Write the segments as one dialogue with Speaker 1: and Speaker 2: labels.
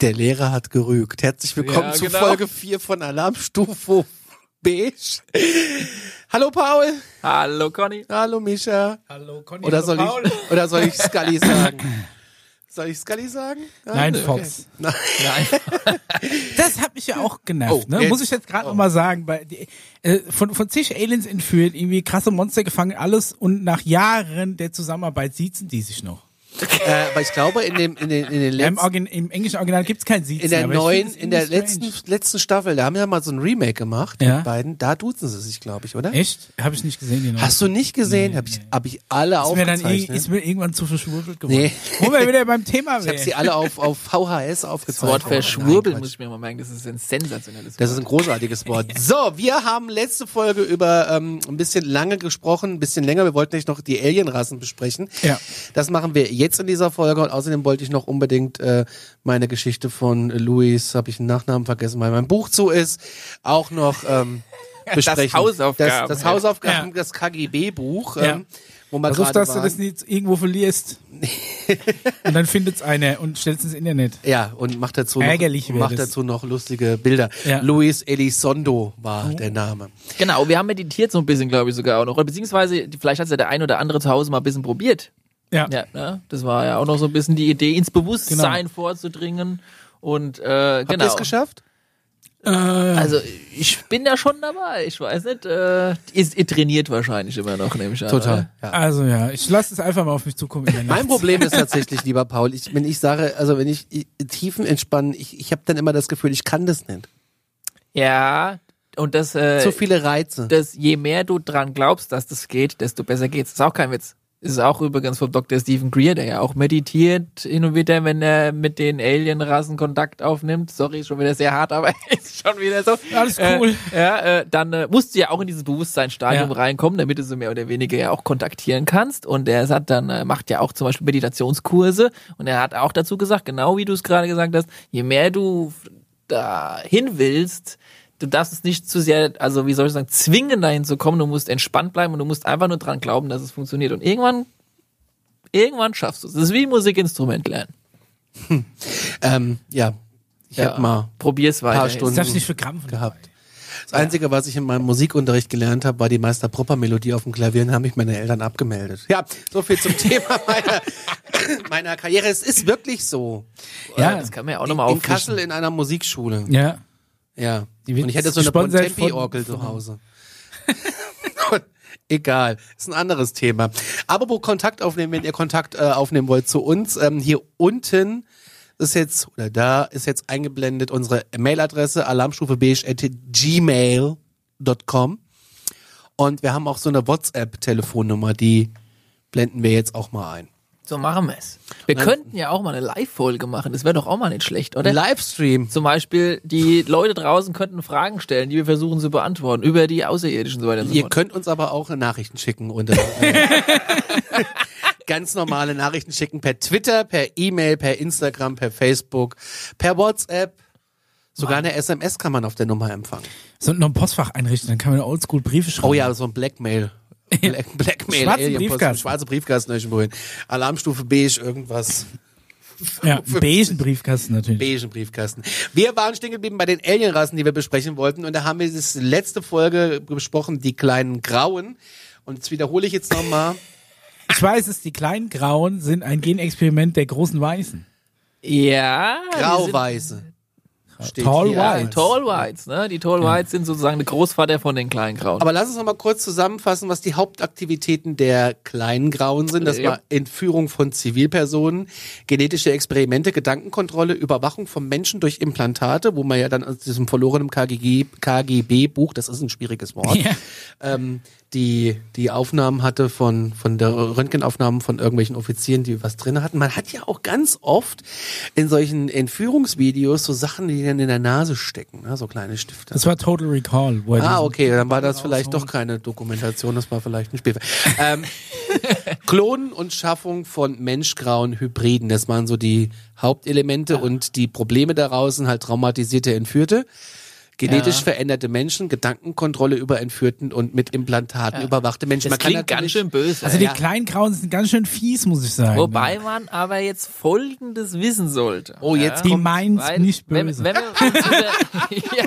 Speaker 1: Der Lehrer hat gerügt. Herzlich willkommen
Speaker 2: Ja,
Speaker 1: zu
Speaker 2: genau.
Speaker 1: Folge 4 von Alarmstufe Beige. Hallo Paul.
Speaker 2: Hallo Conny.
Speaker 1: Hallo Mischa.
Speaker 3: Hallo Conny.
Speaker 1: Oder
Speaker 3: hallo
Speaker 1: soll
Speaker 3: Paul.
Speaker 1: ich, oder soll ich Scully sagen? Soll ich Scully sagen?
Speaker 3: Nein,
Speaker 1: okay.
Speaker 3: Fox.
Speaker 1: Nein.
Speaker 3: Das hat mich ja auch genervt,
Speaker 1: Oh,
Speaker 3: ne?
Speaker 1: jetzt-
Speaker 3: Muss ich jetzt gerade noch nochmal sagen, weil die, äh, von, von zig Aliens entführt, irgendwie krasse Monster gefangen, alles und nach Jahren der Zusammenarbeit siezen die sich noch.
Speaker 1: Äh, aber ich glaube, in dem, in den, in den
Speaker 3: Ja, Im,
Speaker 1: letzten,
Speaker 3: Origin, Im englischen Original gibt's kein Siezen.
Speaker 1: in der
Speaker 3: aber ich
Speaker 1: neuen,
Speaker 3: find es
Speaker 1: in der
Speaker 3: irgendwie
Speaker 1: letzten,
Speaker 3: strange.
Speaker 1: letzten Staffel, da haben wir mal so ein Remake gemacht,
Speaker 3: Ja.
Speaker 1: mit beiden. Da duzen sie sich, glaube ich, oder?
Speaker 3: Echt? Habe ich nicht gesehen, die neue.
Speaker 1: Hast du nicht gesehen? Hab ich, hab ich alle
Speaker 3: ist mir dann irg-
Speaker 1: aufgezeichnet.
Speaker 3: ist mir irgendwann zu verschwurbelt geworden.
Speaker 1: Nee.
Speaker 3: Wo wir wieder beim Thema
Speaker 1: Ich habe
Speaker 3: wären.
Speaker 1: sie alle auf, auf VHS
Speaker 2: Das
Speaker 1: aufgezeichnet.
Speaker 2: Wort verschwurbeln
Speaker 1: Nein,
Speaker 2: muss ich mir mal merken. Das ist ein sensationelles
Speaker 1: Das ist
Speaker 2: Wort.
Speaker 1: ein großartiges Wort. So, wir haben letzte Folge über ähm, ein bisschen lange gesprochen, ein bisschen länger. Wir wollten nämlich noch die Alienrassen besprechen.
Speaker 3: Ja.
Speaker 1: Das machen wir jetzt in dieser Folge und außerdem wollte ich noch unbedingt äh, meine Geschichte von Luis, habe ich den Nachnamen vergessen, weil mein Buch zu ist, auch noch ähm, besprechen.
Speaker 2: Hausaufgaben.
Speaker 1: Das, das Hausaufgaben,
Speaker 3: Ja.
Speaker 1: das KGB-Buch, ähm,
Speaker 3: Ja.
Speaker 1: wo man
Speaker 3: Versuch,
Speaker 1: gerade
Speaker 3: dass du
Speaker 1: waren.
Speaker 3: das nicht irgendwo verlierst. und dann findet's einer und stellt's ins Internet.
Speaker 1: Ja, und macht dazu,
Speaker 3: Ärgerlich
Speaker 1: noch,
Speaker 3: wär
Speaker 1: macht
Speaker 3: das.
Speaker 1: dazu noch lustige Bilder.
Speaker 3: Ja. Oh.
Speaker 1: Luis Elizondo war der Name.
Speaker 2: Genau, wir haben meditiert so ein bisschen, glaube ich, sogar auch noch. Oder beziehungsweise, die- vielleicht hat es ja der ein oder andere zu Hause mal ein bisschen probiert.
Speaker 3: Ja.
Speaker 2: Ja, ne? Das war ja auch noch so ein bisschen die Idee, ins Bewusstsein vorzudringen. Und äh,
Speaker 1: Genau. Habt
Speaker 2: genau.
Speaker 1: ihr es geschafft?
Speaker 2: Also ich bin da schon dabei. Ich weiß nicht. Äh, ihr, ihr trainiert wahrscheinlich immer noch, nehme ich an.
Speaker 1: Total. Ja.
Speaker 3: Also ja, ich lasse es einfach mal auf mich zukommen. in der Nacht.
Speaker 1: Mein Problem ist tatsächlich, lieber Paul, ich, wenn ich sage, also wenn ich, ich tiefen entspannen, ich, ich habe dann immer das Gefühl, ich kann das nicht.
Speaker 2: Oder? Ja. Und das, äh,
Speaker 1: So viele Reize.
Speaker 2: dass je mehr du dran glaubst, dass das geht, desto besser geht's. Ist auch kein Witz. Ist auch übrigens vom Dr. Stephen Greer, der ja auch meditiert hin und wieder, wenn er mit den Alienrassen Kontakt aufnimmt. Sorry, ist schon wieder sehr hart, aber ist schon wieder so.
Speaker 3: Alles cool.
Speaker 2: Äh, ja, äh, dann äh, musst du ja auch in dieses Bewusstseinsstadium
Speaker 3: Ja.
Speaker 2: reinkommen, damit du so mehr oder weniger ja auch kontaktieren kannst. Und er hat dann äh, macht ja auch zum Beispiel Meditationskurse und er hat auch dazu gesagt, genau wie du es gerade gesagt hast, je mehr du dahin willst, du darfst es nicht zu sehr, also wie soll ich sagen, zwingen dahin zu kommen. Du musst entspannt bleiben und du musst einfach nur dran glauben, dass es funktioniert. Und irgendwann, irgendwann schaffst du es. Das ist wie ein Musikinstrument lernen.
Speaker 1: Ähm, ja, ich hab habe mal
Speaker 2: probier's weiter.
Speaker 1: paar Stunden.
Speaker 3: Das darfst du nicht verkrampfen.
Speaker 1: gehabt. Das Einzige, was ich in meinem Musikunterricht gelernt habe, war die Meister-Propper-Melodie auf dem Klavier und haben mich meine Eltern abgemeldet. Ja, so viel zum Thema meiner, meiner Karriere. Es ist wirklich so.
Speaker 2: Ja,
Speaker 3: Ja.
Speaker 2: das kann man ja auch
Speaker 1: In,
Speaker 2: nochmal
Speaker 1: in
Speaker 2: auffrischen.
Speaker 1: Kassel in einer Musikschule.
Speaker 3: Ja.
Speaker 1: Ja.
Speaker 3: Die wird
Speaker 1: Und ich hätte so eine
Speaker 3: gesponsert von-
Speaker 1: Bontempi-Orgel zu Hause. Egal, ist ein anderes Thema. Aber wo Kontakt aufnehmen, wenn ihr Kontakt äh, aufnehmen wollt zu uns, ähm, hier unten ist jetzt, oder da ist jetzt eingeblendet unsere Mailadresse alarmstufebeige.gmail.com und wir haben auch so eine WhatsApp-Telefonnummer, die blenden wir jetzt auch mal ein.
Speaker 2: So machen wir es. Wir könnten ja auch mal eine Live-Folge machen. Das wäre doch auch mal nicht schlecht, oder?
Speaker 1: Livestream.
Speaker 2: Zum Beispiel, die Leute draußen könnten Fragen stellen, die wir versuchen zu beantworten, über die Außerirdischen und so weiter und so
Speaker 1: Ihr
Speaker 2: fort.
Speaker 1: könnt uns aber auch Nachrichten schicken und äh, ganz normale Nachrichten schicken per Twitter, per E-Mail, per Instagram, per Facebook, per WhatsApp. Sogar eine SMS kann man auf der Nummer empfangen.
Speaker 3: Sollten noch ein Postfach einrichten, dann kann man oldschool Briefe schreiben.
Speaker 1: Oh ja, so ein Blackmail. Black, Blackmail.
Speaker 3: Schwarzen
Speaker 1: Alienpost,
Speaker 3: Briefkasten.
Speaker 1: Schwarze Briefkasten irgendwo hin. Alarmstufe beige, irgendwas.
Speaker 3: Ja, einen beigen Briefkasten natürlich.
Speaker 1: Beigen Briefkasten. Wir waren stehen geblieben bei den Alienrassen, die wir besprechen wollten. Und da haben wir das letzte Folge besprochen, die kleinen Grauen. Und das wiederhole ich jetzt nochmal.
Speaker 3: ich weiß es, die kleinen Grauen sind ein Genexperiment der großen Weißen.
Speaker 2: Ja. die sind-
Speaker 1: Grauweiße. Steht
Speaker 3: Tall
Speaker 1: hier.
Speaker 2: Ja,
Speaker 3: Whites.
Speaker 2: die Tall Whites, ne? Die Tall Whites sind sozusagen der Großvater von den kleinen Grauen.
Speaker 1: Aber lass uns noch mal kurz zusammenfassen, was die Hauptaktivitäten der kleinen Grauen sind. Das
Speaker 2: Ja.
Speaker 1: war Entführung von Zivilpersonen, genetische Experimente, Gedankenkontrolle, Überwachung von Menschen durch Implantate, wo man ja dann aus diesem verlorenen KGB, KGB-Buch, das ist ein schwieriges Wort,
Speaker 3: Ja.
Speaker 1: ähm, die, die Aufnahmen hatte von, von der Röntgenaufnahmen von irgendwelchen Offizieren, die was drin hatten. Man hat ja auch ganz oft in solchen Entführungsvideos so Sachen, die dann in der Nase stecken, ne? so kleine Stifte.
Speaker 3: Das war Total Recall. Wo er
Speaker 1: Ah,
Speaker 3: diesen-
Speaker 1: okay, dann war
Speaker 2: Genau
Speaker 1: das vielleicht doch keine Dokumentation, das war vielleicht ein Spielfilm. Ähm, Klonen und Schaffung von menschgrauen Hybriden, das waren so die Hauptelemente und die Probleme daraus sind halt traumatisierte Entführte. genetisch
Speaker 2: Ja.
Speaker 1: veränderte Menschen, Gedankenkontrolle über Entführten und mit Implantaten überwachte Menschen.
Speaker 2: Das klingt ganz
Speaker 1: natürlich-
Speaker 2: schön böse.
Speaker 3: Also
Speaker 1: Ja.
Speaker 3: die kleinen Grauen sind ganz schön fies, muss ich sagen.
Speaker 2: Wobei man aber jetzt Folgendes wissen sollte.
Speaker 1: Oh, jetzt
Speaker 3: die
Speaker 1: kommt-
Speaker 3: meins
Speaker 2: Weil,
Speaker 3: nicht
Speaker 2: wenn-
Speaker 3: böse.
Speaker 2: Wenn, wir uns unter- ja.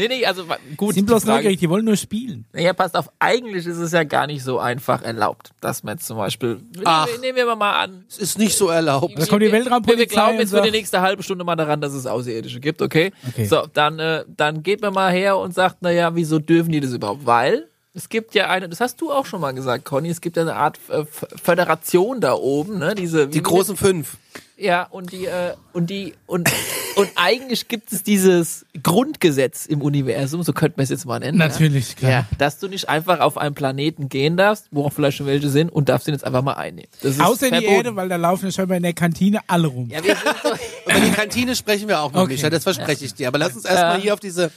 Speaker 2: Nee, nee, also wa- gut.
Speaker 3: sind bloß
Speaker 2: die Frage-
Speaker 3: neugierig, die wollen nur spielen.
Speaker 2: Naja, passt auf, eigentlich ist es ja gar nicht so einfach erlaubt, dass man jetzt zum Beispiel,
Speaker 1: Ach.
Speaker 2: nehmen wir mal an,
Speaker 1: Es ist nicht so erlaubt.
Speaker 3: Da kommt die Weltraumpolizei
Speaker 2: Wir glauben
Speaker 3: und
Speaker 2: jetzt für die
Speaker 3: sagt-
Speaker 2: nächste halbe Stunde mal daran, dass es Außerirdische gibt, okay?
Speaker 3: Okay.
Speaker 2: So, dann, äh, dann geht man mal her und sagt, naja, wieso dürfen die das überhaupt? Weil es gibt ja eine, das hast du auch schon mal gesagt, Conny, es gibt ja eine Art äh, F- Föderation da oben, ne? Diese,
Speaker 1: Die großen fünf.
Speaker 2: Ja, und die, äh, und die, und, und eigentlich gibt es dieses Grundgesetz im Universum, so könnte man es jetzt mal nennen.
Speaker 3: Natürlich,
Speaker 2: Ja.
Speaker 3: klar.
Speaker 2: Ja, dass du nicht einfach auf einen Planeten gehen darfst, worauf vielleicht schon welche sind, und darfst ihn jetzt einfach mal einnehmen. Das ist
Speaker 3: Außer in die
Speaker 2: verboten.
Speaker 3: Erde, weil da laufen ja scheinbar in der Kantine alle rum.
Speaker 2: Ja, wir sind so,
Speaker 1: Über die Kantine sprechen wir auch noch
Speaker 3: Okay.
Speaker 1: nicht, ja, das verspreche ich dir. Aber lass uns erstmal hier auf diese.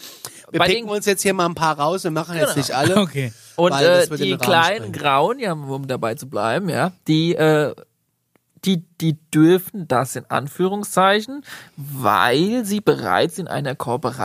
Speaker 1: Wir
Speaker 2: bei
Speaker 1: picken
Speaker 2: den-
Speaker 1: uns jetzt hier mal ein paar raus, wir machen jetzt
Speaker 2: Genau.
Speaker 1: nicht alle.
Speaker 3: Okay.
Speaker 2: Und
Speaker 1: Weil das
Speaker 2: äh,
Speaker 1: würde den
Speaker 2: die
Speaker 1: Rahmen
Speaker 2: kleinen
Speaker 1: sprengen.
Speaker 2: Grauen, ja, um dabei zu bleiben, ja, die, äh, die, die dürfen das in Anführungszeichen, weil sie bereits in einer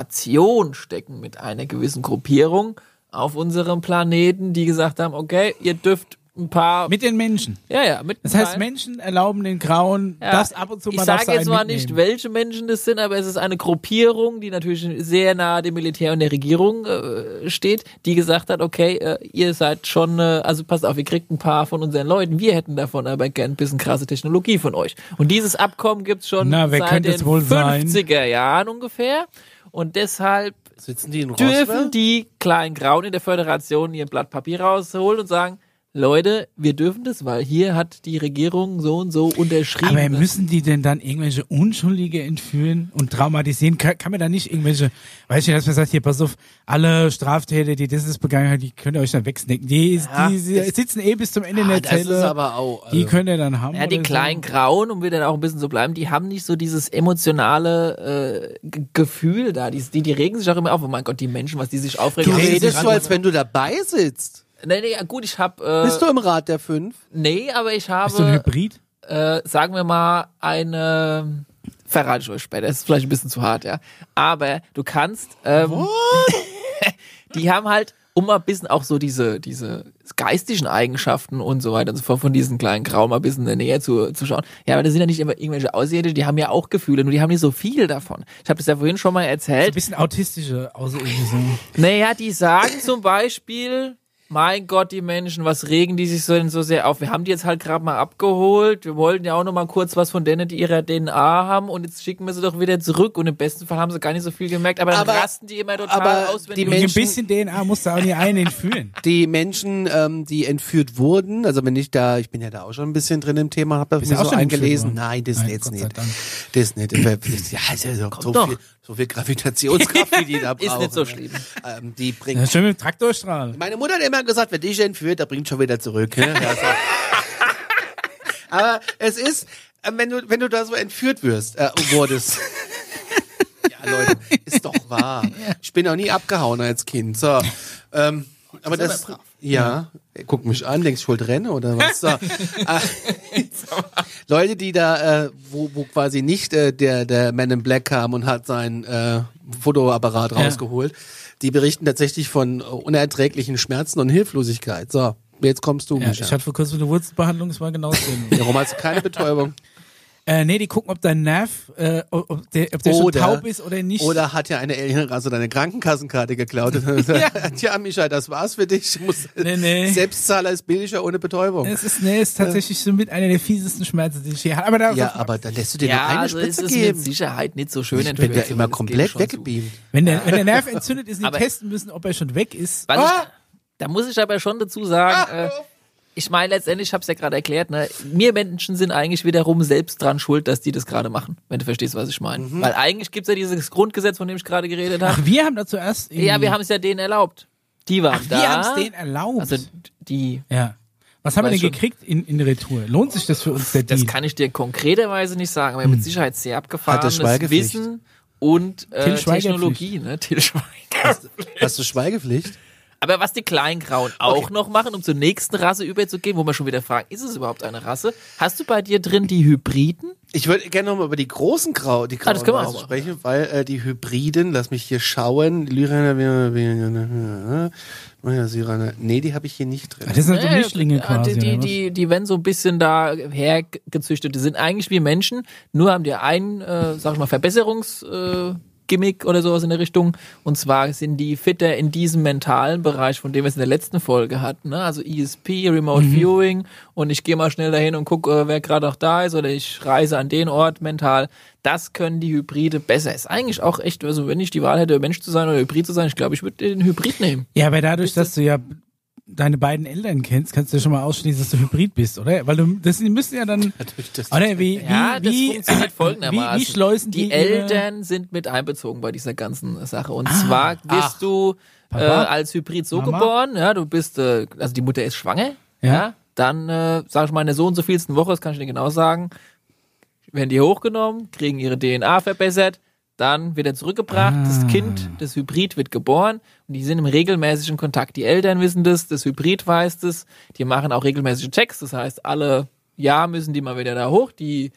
Speaker 2: Kooperation stecken mit einer gewissen Gruppierung auf unserem Planeten, die gesagt haben, okay, ihr dürft ein paar,
Speaker 3: Mit den Menschen.
Speaker 2: ja, ja, mit
Speaker 3: Das heißt,
Speaker 2: ein-
Speaker 3: Menschen erlauben den Grauen,
Speaker 2: ja,
Speaker 3: das ab und zu
Speaker 2: ich
Speaker 3: mal darf
Speaker 2: sage
Speaker 3: sie
Speaker 2: jetzt
Speaker 3: einen
Speaker 2: mal
Speaker 3: mitnehmen.
Speaker 2: nicht, welche Menschen das sind, aber es ist eine Gruppierung, die natürlich sehr nahe dem Militär und der Regierung äh, steht, die gesagt hat, okay, äh, ihr seid schon, äh, also passt auf, ihr kriegt ein paar von unseren Leuten, wir hätten davon aber gern ein bisschen krasse Technologie von euch. Und dieses Abkommen gibt's schon
Speaker 3: Na, wer
Speaker 2: seit
Speaker 3: könnte
Speaker 2: den
Speaker 3: es wohl sein?
Speaker 2: 50er Jahren ungefähr. Und deshalb
Speaker 1: Sitzen die in Roswell?
Speaker 2: dürfen die kleinen Grauen in der Föderation ihr Blatt Papier rausholen und sagen, Leute, wir dürfen das, weil hier hat die Regierung so und so unterschrieben.
Speaker 3: Aber
Speaker 2: dass-
Speaker 3: müssen die denn dann irgendwelche Unschuldige entführen und traumatisieren? Kann, kann man da nicht irgendwelche, weißt du, dass man sagt, hier, pass auf, alle Straftäter, die dieses begangen haben, die könnt ihr euch dann wegsnacken. Die, die,
Speaker 1: das-
Speaker 3: sitzen eh bis zum Ende
Speaker 1: Ah,
Speaker 3: in der
Speaker 1: das ist
Speaker 3: Zelle.
Speaker 1: aber auch.
Speaker 3: die
Speaker 1: also-
Speaker 3: könnt ihr dann haben.
Speaker 2: Ja, die
Speaker 3: oder
Speaker 2: kleinen Grauen, um wieder auch ein bisschen zu bleiben, die haben nicht so dieses emotionale äh, G- Gefühl da. Die, die, die regen sich auch immer auf. Oh mein Gott, die Menschen, was die sich aufregen.
Speaker 1: Du
Speaker 2: Was die sich
Speaker 1: redest so,
Speaker 2: ran-
Speaker 1: als wenn du dabei sitzt.
Speaker 2: Nee, nee, ja, gut, ich habe. Äh,
Speaker 1: Bist du im Rat der fünf?
Speaker 2: nee, aber ich
Speaker 3: So. Bist du ein
Speaker 2: habe,
Speaker 3: Hybrid?
Speaker 2: äh, sagen wir mal, eine. Verrate ich euch später. Ist vielleicht ein bisschen zu hart, ja. Aber du kannst. Ähm, die haben halt um mal ein bisschen auch so diese, diese geistigen Eigenschaften und so weiter und so fort von diesen kleinen Grau mal ein bisschen in der Nähe zu, zu schauen. Ja, aber das sind ja nicht immer irgendwelche Außerirdische, die haben ja auch Gefühle, nur die haben nicht so viel davon. Ich habe das ja vorhin schon mal
Speaker 3: Ein
Speaker 2: erzählt.
Speaker 3: bisschen autistische Außerirdische.
Speaker 2: Naja, die sagen zum Beispiel, mein Gott, die Menschen, was regen die sich so denn so sehr auf? Wir haben die jetzt halt gerade mal abgeholt. Wir wollten ja auch noch mal kurz was von denen, die ihre DNA haben und jetzt schicken wir sie doch wieder zurück. Und im besten Fall haben sie gar nicht so viel gemerkt, aber dann
Speaker 1: Aber-
Speaker 2: rasten die immer total
Speaker 1: aber
Speaker 2: aus, wenn
Speaker 1: die
Speaker 2: die
Speaker 3: Mit ein
Speaker 1: Menschen-
Speaker 3: bisschen DNA musst du auch nie einen entführen.
Speaker 1: Die Menschen, ähm, die entführt wurden, also wenn ich da, ich bin ja da auch schon ein bisschen drin im Thema, habe das
Speaker 3: Bist
Speaker 1: mir
Speaker 3: du auch
Speaker 1: so
Speaker 3: schon entführt
Speaker 1: eingelesen.
Speaker 3: worden?
Speaker 1: Nein, das
Speaker 3: Nein,
Speaker 1: jetzt
Speaker 3: Gott sei
Speaker 1: nicht.
Speaker 3: Dank.
Speaker 1: Das nicht. Ja, ist ja so, so,
Speaker 2: doch.
Speaker 1: viel, so viel Gravitationskraft, wie die da brauchen.
Speaker 2: Ist nicht so
Speaker 1: ja.
Speaker 2: schlimm.
Speaker 1: Ähm, die
Speaker 3: Das
Speaker 1: bringt.
Speaker 3: ist schön mit dem Traktorstrahl.
Speaker 1: Meine Mutter hat immer gesagt, wer dich entführt, der bringt schon wieder zurück. ne? Ja, so. Aber es ist, äh, wenn du, wenn du da so entführt wirst, äh, wurdest. ja, Leute, ist doch wahr. Ich bin auch nie abgehauen als Kind. So, ähm, aber das, ja, guck mich an, denkst ich hol renne oder was? So. Äh, Leute, die da, äh, wo, wo quasi nicht äh, der, der Man in Black kam und hat seinen äh, Fotoapparat rausgeholt, die berichten tatsächlich von äh, unerträglichen Schmerzen und Hilflosigkeit. So, jetzt kommst du,
Speaker 3: Ja, ich
Speaker 1: Micha.
Speaker 3: hatte vor kurzem eine Wurzelbehandlung, es war genau so.
Speaker 1: Warum hast du keine Betäubung?
Speaker 3: äh, nee, die gucken, ob dein Nerv, äh, ob der, ob der schon taub ist oder nicht.
Speaker 1: Oder hat ja eine Alienrasse deine Krankenkassenkarte geklaut. Tja, Micha, das war's für dich. Du musst
Speaker 3: Nee, nee.
Speaker 1: Selbstzahler ist billiger ohne Betäubung.
Speaker 3: Es ist, nee, es ist tatsächlich so mit einer der fiesesten Schmerzen, die ich je hatte. Aber da,
Speaker 1: ja, aber dann lässt du dir noch eine Spritze
Speaker 2: also es
Speaker 1: geben.
Speaker 2: mit Sicherheit nicht so schön.
Speaker 1: Ich bin ja
Speaker 2: entwickelt,
Speaker 1: immer
Speaker 2: sondern es geht
Speaker 1: komplett
Speaker 2: schon
Speaker 1: weggebeamt.
Speaker 3: wenn, der, wenn der Nerv entzündet ist, die
Speaker 2: Aber-
Speaker 3: testen müssen, ob er schon weg ist.
Speaker 2: zu. Was
Speaker 1: Ah!
Speaker 2: ich, da muss ich aber schon dazu sagen,
Speaker 1: oh.
Speaker 2: äh, ich meine, letztendlich, ich habe es ja gerade erklärt, ne, wir Menschen sind eigentlich wiederum selbst dran schuld, dass die das gerade machen, wenn du verstehst, was ich meine.
Speaker 3: Mhm.
Speaker 2: Weil eigentlich gibt's ja dieses Grundgesetz, von dem ich gerade geredet habe.
Speaker 3: Ach, wir haben da zuerst. irgendwie-
Speaker 2: Ja, wir haben es ja denen erlaubt. Die waren da.
Speaker 3: Mhm. wir haben es denen erlaubt.
Speaker 2: Also die.
Speaker 3: ja. Was haben wir
Speaker 2: Weiß
Speaker 3: denn
Speaker 2: schon.
Speaker 3: gekriegt in, in Retour? Lohnt sich das für uns der Deal?
Speaker 2: Das kann ich dir konkreterweise nicht sagen,
Speaker 3: Mhm.
Speaker 2: aber mit Sicherheit sehr abgefahrenes
Speaker 1: Schweigepflicht?
Speaker 2: Wissen und äh,
Speaker 3: Till Schweiger
Speaker 2: Technologie, ne? Till Schweiger.
Speaker 1: Hast du Schweigepflicht?
Speaker 2: Aber was die Kleingrauen auch noch machen, um zur nächsten Rasse überzugehen, wo man schon wieder fragt, ist es überhaupt eine Rasse? Hast du bei dir drin die Hybriden?
Speaker 1: Ich würde gerne nochmal über die großen Grau, die
Speaker 2: Ah,
Speaker 1: grauen
Speaker 2: das können wir
Speaker 1: Weißen
Speaker 2: auch machen.
Speaker 1: sprechen, weil äh, die Hybriden, lass mich hier schauen, Lyraner, Syrana, nee, die habe ich hier nicht drin.
Speaker 3: Ah, Das sind halt so Mischlinge
Speaker 2: äh,
Speaker 3: quasi.
Speaker 2: Die, die,
Speaker 3: oder was?
Speaker 2: die, die werden so ein bisschen da hergezüchtet. Die sind eigentlich wie Menschen, nur haben die einen, äh, sag ich mal, Verbesserungsgimmick äh, Gimmick oder sowas in der Richtung. Und zwar sind die fitter in diesem mentalen Bereich, von dem wir es in der letzten Folge hatten. Ne? Also ESP, Remote
Speaker 3: Mhm.
Speaker 2: Viewing und ich gehe mal schnell dahin und gucke, äh, wer gerade noch da ist oder ich reise an den Ort mental. Das können die Hybride besser. Ist eigentlich auch echt, also wenn ich die Wahl hätte, Mensch zu sein oder Hybrid zu sein, ich glaube, ich würde den Hybrid nehmen.
Speaker 3: Ja, aber dadurch, dass du ja deine beiden Eltern kennst, kannst du ja schon mal ausschließen, dass du Hybrid bist, oder? Weil du, das die müssen ja dann,
Speaker 1: Natürlich, das-
Speaker 3: oder wie, wie,
Speaker 2: Ja, das
Speaker 3: wie,
Speaker 2: funktioniert halt folgendermaßen.
Speaker 3: wie, wie schleusen die,
Speaker 2: die Eltern sind mit einbezogen bei dieser ganzen Sache. Und zwar wirst
Speaker 1: ach.
Speaker 2: du äh,
Speaker 3: Ah, Papa?
Speaker 2: als Hybrid so
Speaker 3: Mama?
Speaker 2: geboren, ja, du bist, äh, also die Mutter ist schwanger, ja,
Speaker 3: Ja.
Speaker 2: dann, äh, sag ich mal, in der so und so vielsten Woche, das kann ich dir genau sagen, werden die hochgenommen, kriegen ihre DNA verbessert, dann wieder zurückgebracht,
Speaker 3: Ah.
Speaker 2: das Kind, das Hybrid wird geboren und die sind im regelmäßigen Kontakt. Die Eltern wissen das, das Hybrid weiß das, die machen auch regelmäßige Checks, das heißt, alle Jahr müssen die mal wieder da hoch, die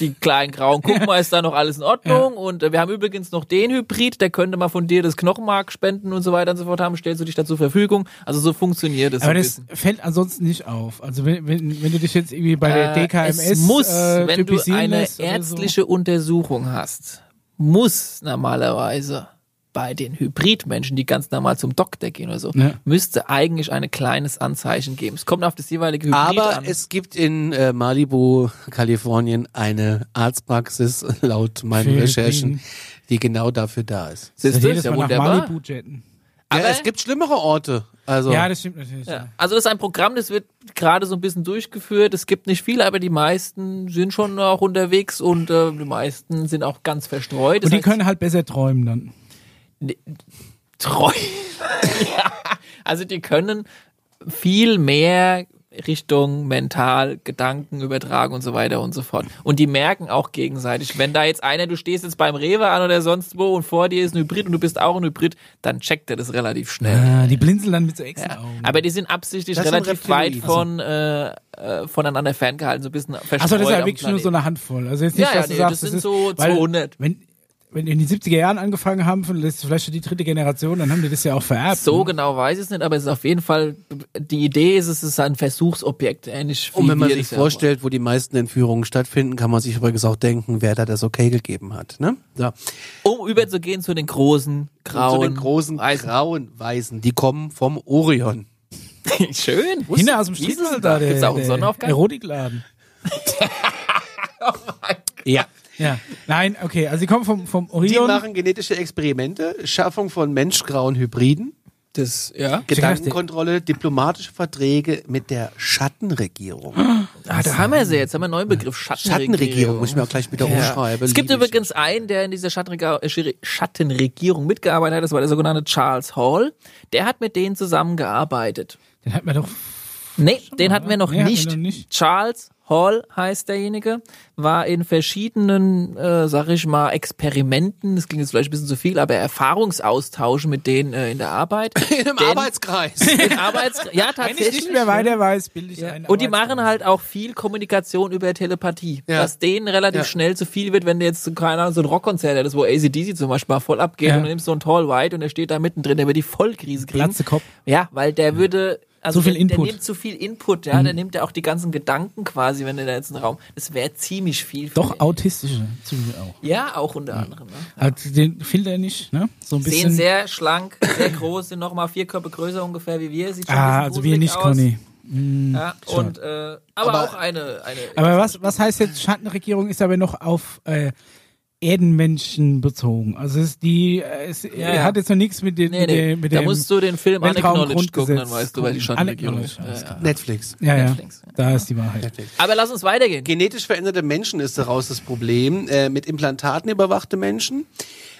Speaker 2: die kleinen Grauen, guck mal, ist da noch alles in Ordnung? Und äh, wir haben übrigens noch den Hybrid, der könnte mal von dir das Knochenmark spenden und so weiter und so fort haben. Stellst du dich da zur Verfügung? Also so funktioniert es.
Speaker 3: aber
Speaker 2: ein
Speaker 3: das
Speaker 2: bisschen.
Speaker 3: fällt ansonsten nicht auf. Also wenn, wenn, wenn du dich jetzt irgendwie bei der DKMS
Speaker 2: Äh, es muss,
Speaker 3: äh,
Speaker 2: wenn du
Speaker 3: typisieren
Speaker 2: eine
Speaker 3: lässt oder
Speaker 2: ärztliche Untersuchung hast, muss normalerweise bei den Hybridmenschen, die ganz normal zum Doktor gehen oder so,
Speaker 3: Ja.
Speaker 2: müsste eigentlich ein kleines Anzeichen geben. Es kommt auf das jeweilige Hybrid
Speaker 1: Aber
Speaker 2: an.
Speaker 1: es gibt in äh, Malibu, Kalifornien, eine Arztpraxis, laut meinen
Speaker 3: Für
Speaker 1: Recherchen,
Speaker 3: Hybriden.
Speaker 1: die genau dafür da ist.
Speaker 3: so.
Speaker 2: Siehst
Speaker 3: Das
Speaker 2: du,
Speaker 3: jedes
Speaker 2: ist ja
Speaker 3: Mal nach
Speaker 2: wunderbar.
Speaker 3: Malibu jetten.
Speaker 1: Aber
Speaker 2: Aber-
Speaker 1: ja, es gibt schlimmere Orte. Also,
Speaker 3: Ja, das stimmt natürlich.
Speaker 2: Ja.
Speaker 3: Ja.
Speaker 2: Also das ist ein Programm, das wird gerade so ein bisschen durchgeführt. Es gibt nicht viele, aber die meisten sind schon auch unterwegs und äh, die meisten sind auch ganz verstreut. Das
Speaker 3: Und die
Speaker 2: heißt,
Speaker 3: können halt besser träumen dann.
Speaker 2: treu. ja. Also die können viel mehr Richtung mental, Gedanken übertragen und so weiter und so fort. Und die merken auch gegenseitig, wenn da jetzt einer, du stehst jetzt beim Rewe an oder sonst wo und vor dir ist ein Hybrid und du bist auch ein Hybrid, dann checkt er das relativ schnell.
Speaker 3: Ah, die blinzeln dann mit so Echsenaugen.
Speaker 2: Aber die sind absichtlich
Speaker 1: Das sind
Speaker 2: relativ weit
Speaker 1: Reptilien.
Speaker 2: von, äh, äh, voneinander ferngehalten, so ein bisschen verstreut.
Speaker 3: Achso, das ist
Speaker 2: am
Speaker 3: ja wirklich nur so
Speaker 2: Planeten.
Speaker 3: eine Handvoll. Also jetzt nicht,
Speaker 2: Ja, ja,
Speaker 3: was du
Speaker 2: nee,
Speaker 3: sagst,
Speaker 2: das sind so
Speaker 3: weil
Speaker 2: 200.
Speaker 3: Wenn, wenn die in den 70er Jahren angefangen haben, von- das ist vielleicht schon die dritte Generation, dann haben die das ja auch vererbt.
Speaker 2: So
Speaker 3: ne?
Speaker 2: genau weiß ich es nicht, aber es ist auf jeden Fall, die Idee ist, es ist ein Versuchsobjekt, ähnlich wie
Speaker 1: und um, wenn man
Speaker 2: wir
Speaker 1: sich
Speaker 2: das ja
Speaker 1: vorstellt, wo die meisten Entführungen stattfinden, kann man sich übrigens auch denken, wer da das Okay gegeben hat. Ne? Ja.
Speaker 2: machen. Um überzugehen zu den großen, grauen.
Speaker 1: Zu den großen grauen Weißen, die kommen vom Orion.
Speaker 2: Schön.
Speaker 3: Hinter aus dem
Speaker 2: Wie ist es
Speaker 3: Stiefel
Speaker 2: denn
Speaker 3: da, der,
Speaker 2: Gibt's auch einen
Speaker 3: der
Speaker 2: Sonnenaufgang?
Speaker 3: Erotikladen.
Speaker 1: Ja.
Speaker 3: Ja. Nein, okay, also die kommen vom, vom
Speaker 1: Die
Speaker 3: Orion.
Speaker 1: machen genetische Experimente, Schaffung von menschgrauen Hybriden,
Speaker 2: Das, ja.
Speaker 1: Gedankenkontrolle, diplomatische Verträge mit der Schattenregierung.
Speaker 2: Ah, da haben wir sie jetzt, haben wir einen neuen Begriff, Schattenregierung.
Speaker 1: Schattenregierung muss ich mir auch gleich wieder umschreiben.
Speaker 2: Es gibt
Speaker 1: Liebe ich.
Speaker 2: übrigens einen, der in dieser Schattenrega- äh, Schiri- Schattenregierung mitgearbeitet hat, das war der sogenannte Charles Hall. Der hat mit denen zusammengearbeitet.
Speaker 3: Den hat man doch.
Speaker 2: Nee, den hatten wir noch,
Speaker 3: Nee, hatten wir
Speaker 2: nicht.
Speaker 3: noch nicht.
Speaker 2: Charles Hall heißt derjenige, war in verschiedenen, äh, sag ich mal, Experimenten, das ging jetzt vielleicht ein bisschen zu viel, aber Erfahrungsaustauschen mit denen äh, in der Arbeit.
Speaker 1: in einem
Speaker 2: Denn-
Speaker 1: Arbeitskreis.
Speaker 2: In Arbeits ja,
Speaker 3: Wenn ich
Speaker 2: tatsächlich.
Speaker 3: nicht mehr weiter weiß, bilde ich
Speaker 2: ne? Ja.
Speaker 3: einen.
Speaker 2: Und die
Speaker 3: Arbeits-
Speaker 2: machen halt auch viel Kommunikation über Telepathie,
Speaker 1: Ja.
Speaker 2: was denen relativ
Speaker 1: Ja.
Speaker 2: schnell zu viel wird, wenn du jetzt, so, keine Ahnung, so ein Rockkonzert hättest, wo ACDC zum Beispiel mal voll abgeht
Speaker 3: Ja.
Speaker 2: und du nimmst so einen Tall White und der steht da mittendrin, der wird die Vollkrise kriegen.
Speaker 3: Platze Kopf.
Speaker 2: Ja, weil der würde, also
Speaker 3: Zu viel
Speaker 2: der,
Speaker 3: Input. Mhm.
Speaker 2: der nimmt zu viel Input, ja, der nimmt ja auch die ganzen Gedanken quasi, wenn der da jetzt einen Raum, das wäre ziemlich viel. für
Speaker 3: Doch
Speaker 2: den.
Speaker 3: autistische, ziemlich auch.
Speaker 2: Ja, auch unter anderem. Ne?
Speaker 3: Also den Filter nicht, ne? So ein
Speaker 2: Sehen
Speaker 3: bisschen.
Speaker 2: sehr schlank, sehr groß, sind nochmal vier Körper größer ungefähr wie wir. Sieht schon ein
Speaker 3: ah,
Speaker 2: bisschen
Speaker 3: also
Speaker 2: gruselig
Speaker 3: wir nicht,
Speaker 2: aus.
Speaker 3: Conny.
Speaker 2: Ja, und, äh, aber,
Speaker 1: Aber-
Speaker 2: auch eine, eine
Speaker 3: Aber was, was heißt jetzt Schattenregierung ist aber noch auf äh, Erdenmenschen bezogen. Also es ist die äh, es
Speaker 2: ja.
Speaker 3: hat jetzt noch nichts mit den
Speaker 2: Nee,
Speaker 3: mit
Speaker 2: nee.
Speaker 3: dem mit
Speaker 2: da
Speaker 3: dem
Speaker 2: musst du den Film
Speaker 3: Weltraum-
Speaker 2: Unacknowledged gucken, dann
Speaker 3: Grundgesetz
Speaker 2: weißt du, wer die
Speaker 3: gucken.
Speaker 2: Schattenregierung ist.
Speaker 3: Unacknowledged, alles
Speaker 2: Ja, ja.
Speaker 1: Netflix.
Speaker 3: ja, ja.
Speaker 2: Netflix.
Speaker 3: Da ist die Wahrheit.
Speaker 2: Aber lass uns weitergehen.
Speaker 1: Genetisch veränderte Menschen ist daraus das Problem. Äh, mit Implantaten überwachte Menschen,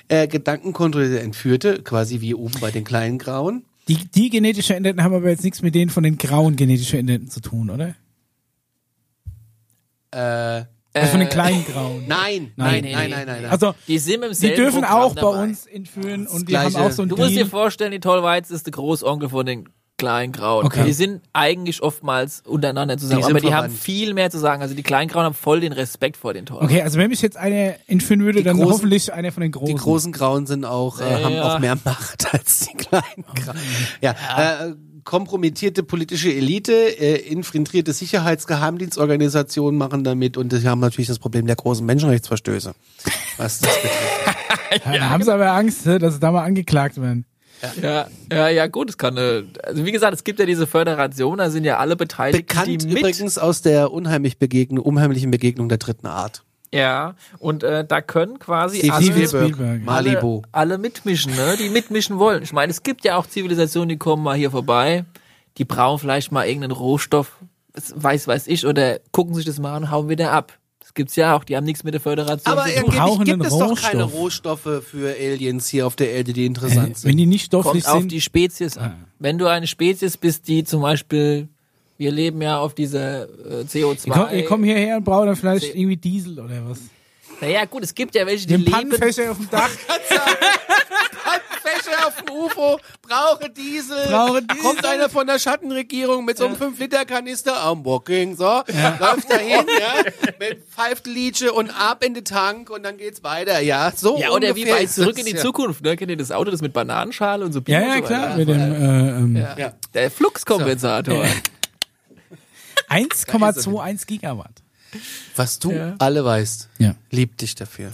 Speaker 1: äh, gedankenkontrollierte Entführte, quasi wie oben bei den kleinen Grauen.
Speaker 3: Die, die genetisch veränderten haben aber jetzt nichts mit denen von den grauen genetisch veränderten zu tun, oder?
Speaker 1: Äh,
Speaker 3: Also von den kleinen Grauen.
Speaker 1: Nein,
Speaker 3: Nein,
Speaker 1: nein,
Speaker 2: nee,
Speaker 1: nein, nein,
Speaker 2: nee.
Speaker 1: nein. nein,
Speaker 3: Also,
Speaker 2: Die sind im
Speaker 3: die
Speaker 2: selben
Speaker 3: dürfen
Speaker 2: Programm
Speaker 3: auch bei
Speaker 2: dabei.
Speaker 3: uns entführen und die
Speaker 1: Das
Speaker 3: haben
Speaker 1: Gleiche.
Speaker 3: auch so ein
Speaker 2: Du musst dir
Speaker 3: Deal.
Speaker 2: vorstellen, die Tollweiz ist der Großonkel von den kleinen Grauen.
Speaker 3: Okay.
Speaker 2: Die sind eigentlich oftmals untereinander zusammen,
Speaker 1: Die sind
Speaker 2: aber die haben
Speaker 1: verwandt.
Speaker 2: viel mehr zu sagen. Also die kleinen Grauen haben voll den Respekt vor den Tollweizen.
Speaker 3: Okay, also wenn mich jetzt eine entführen würde,
Speaker 1: Die
Speaker 3: dann
Speaker 1: Großen-
Speaker 3: hoffentlich eine von den Großen.
Speaker 1: die großen Grauen sind auch, äh, haben
Speaker 2: Ja. Oh,
Speaker 1: auch mehr Macht als die kleinen Grauen. Ja, Äh, kompromittierte politische Elite, äh, infiltrierte Sicherheitsgeheimdienstorganisationen machen damit und sie haben natürlich das Problem der großen Menschenrechtsverstöße. Was das betrifft.
Speaker 3: Ja, da haben sie aber Angst, hä, dass sie da mal angeklagt werden.
Speaker 2: Ja, ja, ja, gut, es kann, äh, also wie gesagt, es gibt ja diese Föderation, da sind ja alle Beteiligten,
Speaker 1: Bekannt
Speaker 2: die mit.
Speaker 1: übrigens aus der unheimlich Begegnung, unheimlichen Begegnung der dritten Art.
Speaker 2: Ja, und äh, da können quasi
Speaker 1: Steven
Speaker 2: alle,
Speaker 1: Spielberg,
Speaker 3: Spielberg.
Speaker 1: Malibu.
Speaker 2: alle mitmischen, ne? die mitmischen wollen. Ich meine, es gibt ja auch Zivilisationen, die kommen mal hier vorbei, die brauchen vielleicht mal irgendeinen Rohstoff, das weiß, weiß ich, oder gucken sich das mal an und hauen wieder ab. Das gibt's ja auch, die haben nichts mit der Föderation
Speaker 1: Aber
Speaker 2: zu tun.
Speaker 1: angeblich
Speaker 3: brauchen
Speaker 1: gibt es
Speaker 3: einen
Speaker 1: doch keine
Speaker 3: Rohstoff.
Speaker 1: Rohstoffe für Aliens hier auf der Erde, die
Speaker 3: Äh,
Speaker 1: interessant
Speaker 3: wenn
Speaker 1: sind.
Speaker 3: die nicht Ah. stofflich
Speaker 2: kommt auf
Speaker 3: sind,
Speaker 2: die Spezies an. Wenn du eine Spezies bist, die zum Beispiel, wir leben ja auf dieser äh, CO2.
Speaker 3: ihr kommt, ihr kommt hierher und braucht dann vielleicht
Speaker 2: Se-
Speaker 3: irgendwie Diesel oder was.
Speaker 2: Naja, gut, es gibt ja welche, die
Speaker 3: Den
Speaker 2: leben.
Speaker 3: Pannenfächer auf dem Dach.
Speaker 1: Fächer auf dem UFO, brauche Diesel.
Speaker 3: Brauche Diesel.
Speaker 1: Kommt einer von der Schattenregierung mit so einem 5-Liter-Kanister, I'm walking, so, läuft dahin, ja, mit pfeift Lietsche und ab in den Tank und dann geht's weiter, ja, so
Speaker 2: Ja, oder wie
Speaker 1: ungefähr
Speaker 2: bei
Speaker 1: ist
Speaker 2: Zurück
Speaker 1: das,
Speaker 2: in die
Speaker 1: ja.
Speaker 2: Zukunft, ne? Kennt ihr das Auto, das mit Bananenschale und so Bier
Speaker 3: Ja,
Speaker 2: und
Speaker 3: ja,
Speaker 2: so
Speaker 3: klar.
Speaker 2: weiter?
Speaker 3: Mit dem äh, ähm,
Speaker 1: Ja.
Speaker 2: Der Fluxkompensator.
Speaker 3: 1,21 Gigawatt.
Speaker 1: Was du alle weißt,
Speaker 3: Ja.
Speaker 1: lieb dich dafür.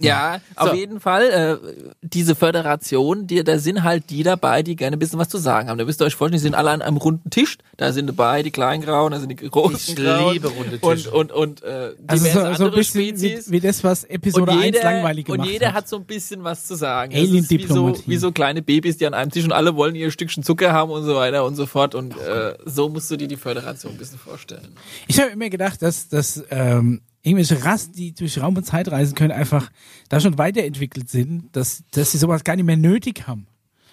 Speaker 2: Ja, auf
Speaker 1: So.
Speaker 2: jeden Fall. Äh, diese Föderation, die, da sind halt die dabei, die gerne ein bisschen was zu sagen haben. Da müsst ihr euch vorstellen, die sind alle an einem runden Tisch. Da sind dabei die kleinen Grauen, da sind die großen
Speaker 1: Ich
Speaker 2: Grauen.
Speaker 1: liebe runde
Speaker 2: Und,
Speaker 1: Tische.
Speaker 2: und, und äh,
Speaker 3: Also
Speaker 2: diverse
Speaker 3: so, so ein
Speaker 2: andere
Speaker 3: bisschen wie,
Speaker 2: Spezies.
Speaker 3: wie das, was Episode 1 langweilig gemacht
Speaker 2: und jeder hat.
Speaker 3: hat.
Speaker 2: so ein bisschen was zu sagen. Das ist wie so,
Speaker 3: Alien-Diplomatie.
Speaker 2: wie so kleine Babys, die an einem Tisch und alle wollen ihr Stückchen Zucker haben und so weiter und so fort. Und äh, so musst du dir die Föderation ein bisschen vorstellen.
Speaker 3: Ich habe immer gedacht, dass, dass ähm, irgendwelche Rassen, die durch Raum und Zeit reisen können, einfach da schon weiterentwickelt sind, dass, dass sie sowas gar nicht mehr nötig haben.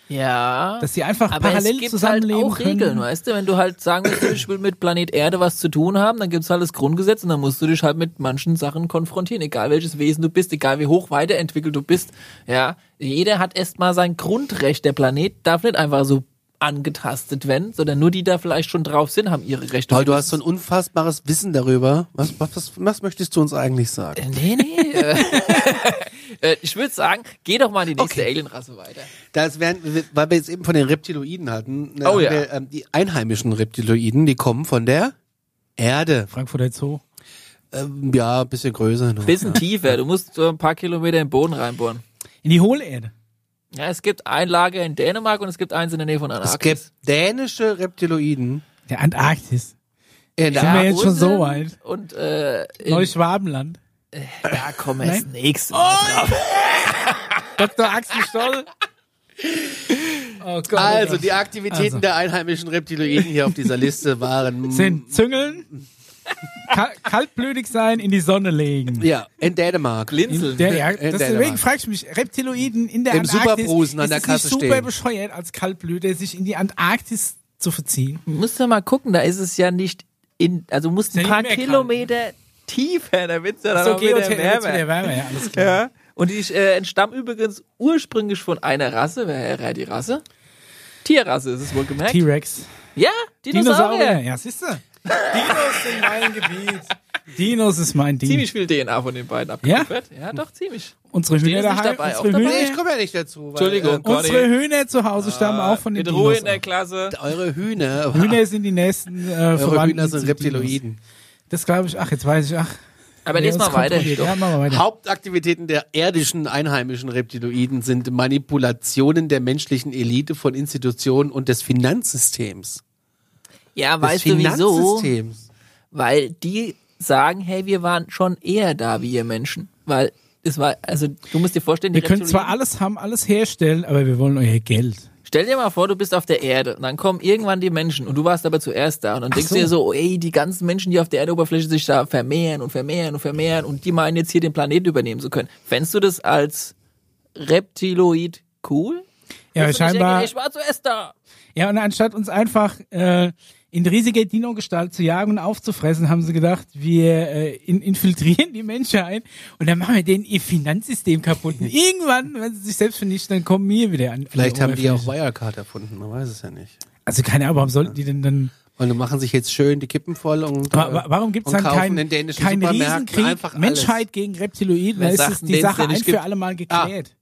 Speaker 2: Ja.
Speaker 3: Dass sie einfach
Speaker 2: aber es
Speaker 3: parallel
Speaker 2: gibt halt
Speaker 3: zusammenleben
Speaker 2: auch
Speaker 3: können.
Speaker 2: Regeln, weißt du? Wenn du halt sagen willst, ich will mit Planet Erde was zu tun haben, dann gibt's halt das Grundgesetz und dann musst du dich halt mit manchen Sachen konfrontieren, egal welches Wesen du bist, egal wie hoch weiterentwickelt du bist. Ja, jeder hat erstmal sein Grundrecht. Der Planet darf nicht einfach so angetastet werden, sondern nur die, die da vielleicht schon drauf sind, haben ihre Rechte.
Speaker 1: Paul, du hast so ein unfassbares Wissen darüber. Was, was, was, was möchtest du uns eigentlich sagen?
Speaker 2: Nee, nee. äh, äh, ich würde sagen, geh doch mal in die nächste
Speaker 1: Okay.
Speaker 2: Alienrasse weiter.
Speaker 1: Das wären, weil wir jetzt eben von den Reptiloiden hatten. ne,
Speaker 2: Oh
Speaker 1: haben
Speaker 2: ja.
Speaker 1: Wir, ähm, die einheimischen Reptiloiden, die kommen von der Erde.
Speaker 3: Frankfurter Zoo.
Speaker 1: Ähm, ja, ein bisschen größer. Ne?
Speaker 2: Bisschen tiefer, du musst so ein paar Kilometer in den Boden reinbohren.
Speaker 3: In die Hohlerde.
Speaker 2: Ja, es gibt ein Lager in Dänemark und es gibt eins in der Nähe von
Speaker 1: es
Speaker 2: Antarktis.
Speaker 1: gibt dänische Reptiloiden.
Speaker 3: Der Antarktis.
Speaker 1: In
Speaker 3: Sind wir
Speaker 1: der
Speaker 3: jetzt schon
Speaker 2: und,
Speaker 3: so weit?
Speaker 2: Und äh, in,
Speaker 3: Neuschwabenland.
Speaker 2: da kommen wir jetzt
Speaker 3: Nein. Oh,
Speaker 2: nächstes Mal drauf.
Speaker 3: Dr. Axel Stoll. Oh Gott.
Speaker 1: also, die Aktivitäten
Speaker 3: Also.
Speaker 1: der einheimischen Reptiloiden hier auf dieser Liste waren.
Speaker 3: sind züngeln, kal kaltblütig sein, in die Sonne legen.
Speaker 1: Ja, in Dänemark.
Speaker 2: Blinzeln.
Speaker 3: Der, ja,
Speaker 1: In
Speaker 3: deswegen
Speaker 1: Dänemark.
Speaker 3: frage ich mich, Reptiloiden in der
Speaker 1: Dem
Speaker 3: Antarktis
Speaker 1: Superbrusen an der
Speaker 3: ist es
Speaker 1: Kasse
Speaker 3: nicht super
Speaker 1: stehen.
Speaker 3: bescheuert als Kaltblüter, sich in die Antarktis zu verziehen.
Speaker 2: Musst du mal gucken, da ist es ja nicht in, also du musst
Speaker 3: ja
Speaker 2: ein paar
Speaker 3: nicht mehr ne? kalt.
Speaker 2: Kilometer tiefer, da wird's ja dann
Speaker 3: So
Speaker 2: auch wieder
Speaker 3: Geothermie zu
Speaker 2: wärmer.
Speaker 3: der Wärme, ja, alles klar.
Speaker 2: Ja. Und die äh, entstammen übrigens ursprünglich von einer Rasse. Wer wäre die Rasse? Tierrasse ist es wohl gemerkt.
Speaker 3: T-Rex.
Speaker 2: ja, Dinosaurier.
Speaker 3: Dinosaurier. Ja, siehst du. Dinos sind mein Gebiet. Dinos ist mein Ding.
Speaker 2: Ziemlich viel DNA von den beiden abgeliefert. Ja, doch, ziemlich.
Speaker 3: Unsere
Speaker 2: Stehen
Speaker 3: Hühner
Speaker 2: Sie nicht
Speaker 3: daheim,
Speaker 2: dabei? Auch
Speaker 3: unsere
Speaker 2: dabei?
Speaker 1: Nee, ich
Speaker 3: Hühner,
Speaker 1: komme ja nicht dazu. Weil, äh,
Speaker 2: Entschuldigung.
Speaker 3: unsere Hühner zu Hause stammen auch von den
Speaker 2: In Ruhe
Speaker 3: Dinos.
Speaker 2: in der Klasse.
Speaker 1: Äh, eure Hühner.
Speaker 3: Hühner sind die nächsten äh,
Speaker 1: Eure
Speaker 3: Verwandten.
Speaker 1: Hühner sind
Speaker 3: zu Dinos.
Speaker 1: Reptiloiden.
Speaker 3: Das glaube ich, ach, jetzt weiß ich, ach.
Speaker 2: Aber
Speaker 3: wer
Speaker 2: lest
Speaker 3: uns
Speaker 2: mal weiter.
Speaker 3: kontrolliert. Ja, machen wir weiter.
Speaker 1: Hauptaktivitäten der irdischen einheimischen Reptiloiden sind Manipulationen der menschlichen Elite von Institutionen und des Finanzsystems.
Speaker 2: Ja,
Speaker 1: Des
Speaker 2: weißt du wieso?
Speaker 1: Finanzsystems.
Speaker 2: Weil die sagen, hey, wir waren schon eher da wie ihr Menschen. Weil es war, also du musst dir vorstellen, die
Speaker 3: Wir können zwar
Speaker 2: Reptilien-
Speaker 3: alles haben, alles herstellen, aber wir wollen euer Geld.
Speaker 2: Stell dir mal vor, du bist auf der Erde und dann kommen irgendwann die Menschen und du warst aber zuerst da und dann denkst du
Speaker 3: so.
Speaker 2: dir so, oh, ey, die ganzen Menschen, die auf der Erdoberfläche sich da vermehren und vermehren und vermehren und die meinen jetzt hier den Planeten übernehmen zu können. Fändst du das als Reptiloid cool?
Speaker 3: Ja,
Speaker 2: Dass du nicht
Speaker 3: scheinbar.
Speaker 2: denkst, Ich war zuerst da.
Speaker 3: Ja, und anstatt uns einfach äh, in riesige Dino-Gestalt zu jagen und aufzufressen, haben sie gedacht, wir äh, in, infiltrieren die Menschheit und dann machen wir denen ihr Finanzsystem kaputt. Und irgendwann, wenn sie sich selbst vernichten, dann kommen wir wieder an.
Speaker 1: Vielleicht
Speaker 3: an
Speaker 1: haben
Speaker 3: die
Speaker 1: die ja auch
Speaker 3: Oberfläche.
Speaker 1: Wirecard erfunden, man weiß es ja nicht.
Speaker 3: Also keine Ahnung, warum sollten die denn dann...
Speaker 1: Und dann machen sich jetzt schön die Kippen voll und.
Speaker 3: Wa- wa-
Speaker 1: äh,
Speaker 3: Warum gibt es
Speaker 1: und
Speaker 3: dann
Speaker 1: kaufen
Speaker 3: keinen
Speaker 1: in dänischen
Speaker 3: kein
Speaker 1: Supermärkten
Speaker 3: Riesenkrieg
Speaker 1: einfach alles.
Speaker 3: Menschheit gegen Reptiloiden? Da
Speaker 2: Wer
Speaker 3: ist
Speaker 2: sagt
Speaker 3: es
Speaker 2: denn,
Speaker 3: die
Speaker 2: den's
Speaker 3: Sache
Speaker 2: denn
Speaker 3: ein
Speaker 2: nicht
Speaker 3: für
Speaker 2: gibt?
Speaker 3: alle
Speaker 1: Ah.
Speaker 3: Mal geklärt.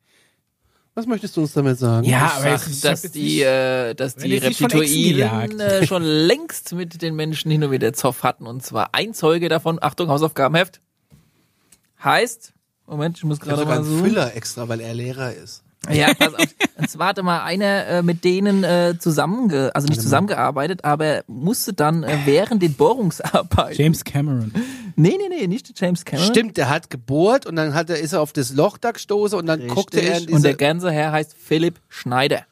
Speaker 1: Was möchtest du uns damit sagen?
Speaker 3: Ja,
Speaker 2: Ich sag,
Speaker 3: aber es ist- ich
Speaker 2: dass
Speaker 3: hab jetzt
Speaker 2: die, äh, dass
Speaker 3: Wenn
Speaker 2: die
Speaker 3: jetzt nicht von Echsen
Speaker 2: Reptitoiden
Speaker 3: gejagt.
Speaker 2: äh, schon längst mit den Menschen hin und wieder Zoff hatten. Und zwar ein Zeuge davon, Achtung, Hausaufgabenheft, heißt, Moment, ich muss
Speaker 1: Ich hab
Speaker 2: gerade
Speaker 1: sogar
Speaker 2: mal
Speaker 3: also-
Speaker 1: einen
Speaker 2: suchen.
Speaker 1: Füller extra, weil er Lehrer ist.
Speaker 2: Ja, pass auf. Und zwar hatte mal einer äh, mit denen äh, zusammenge also nicht zusammengearbeitet, aber musste dann äh, während den Bohrungsarbeiten.
Speaker 3: James Cameron.
Speaker 2: Nee, nee, nee, nicht James Cameron.
Speaker 1: Stimmt, der hat gebohrt und dann hat er, ist er auf das Loch da gestoßen und dann guckte er in diese.
Speaker 2: Und der ganze Herr heißt Philipp Schneider.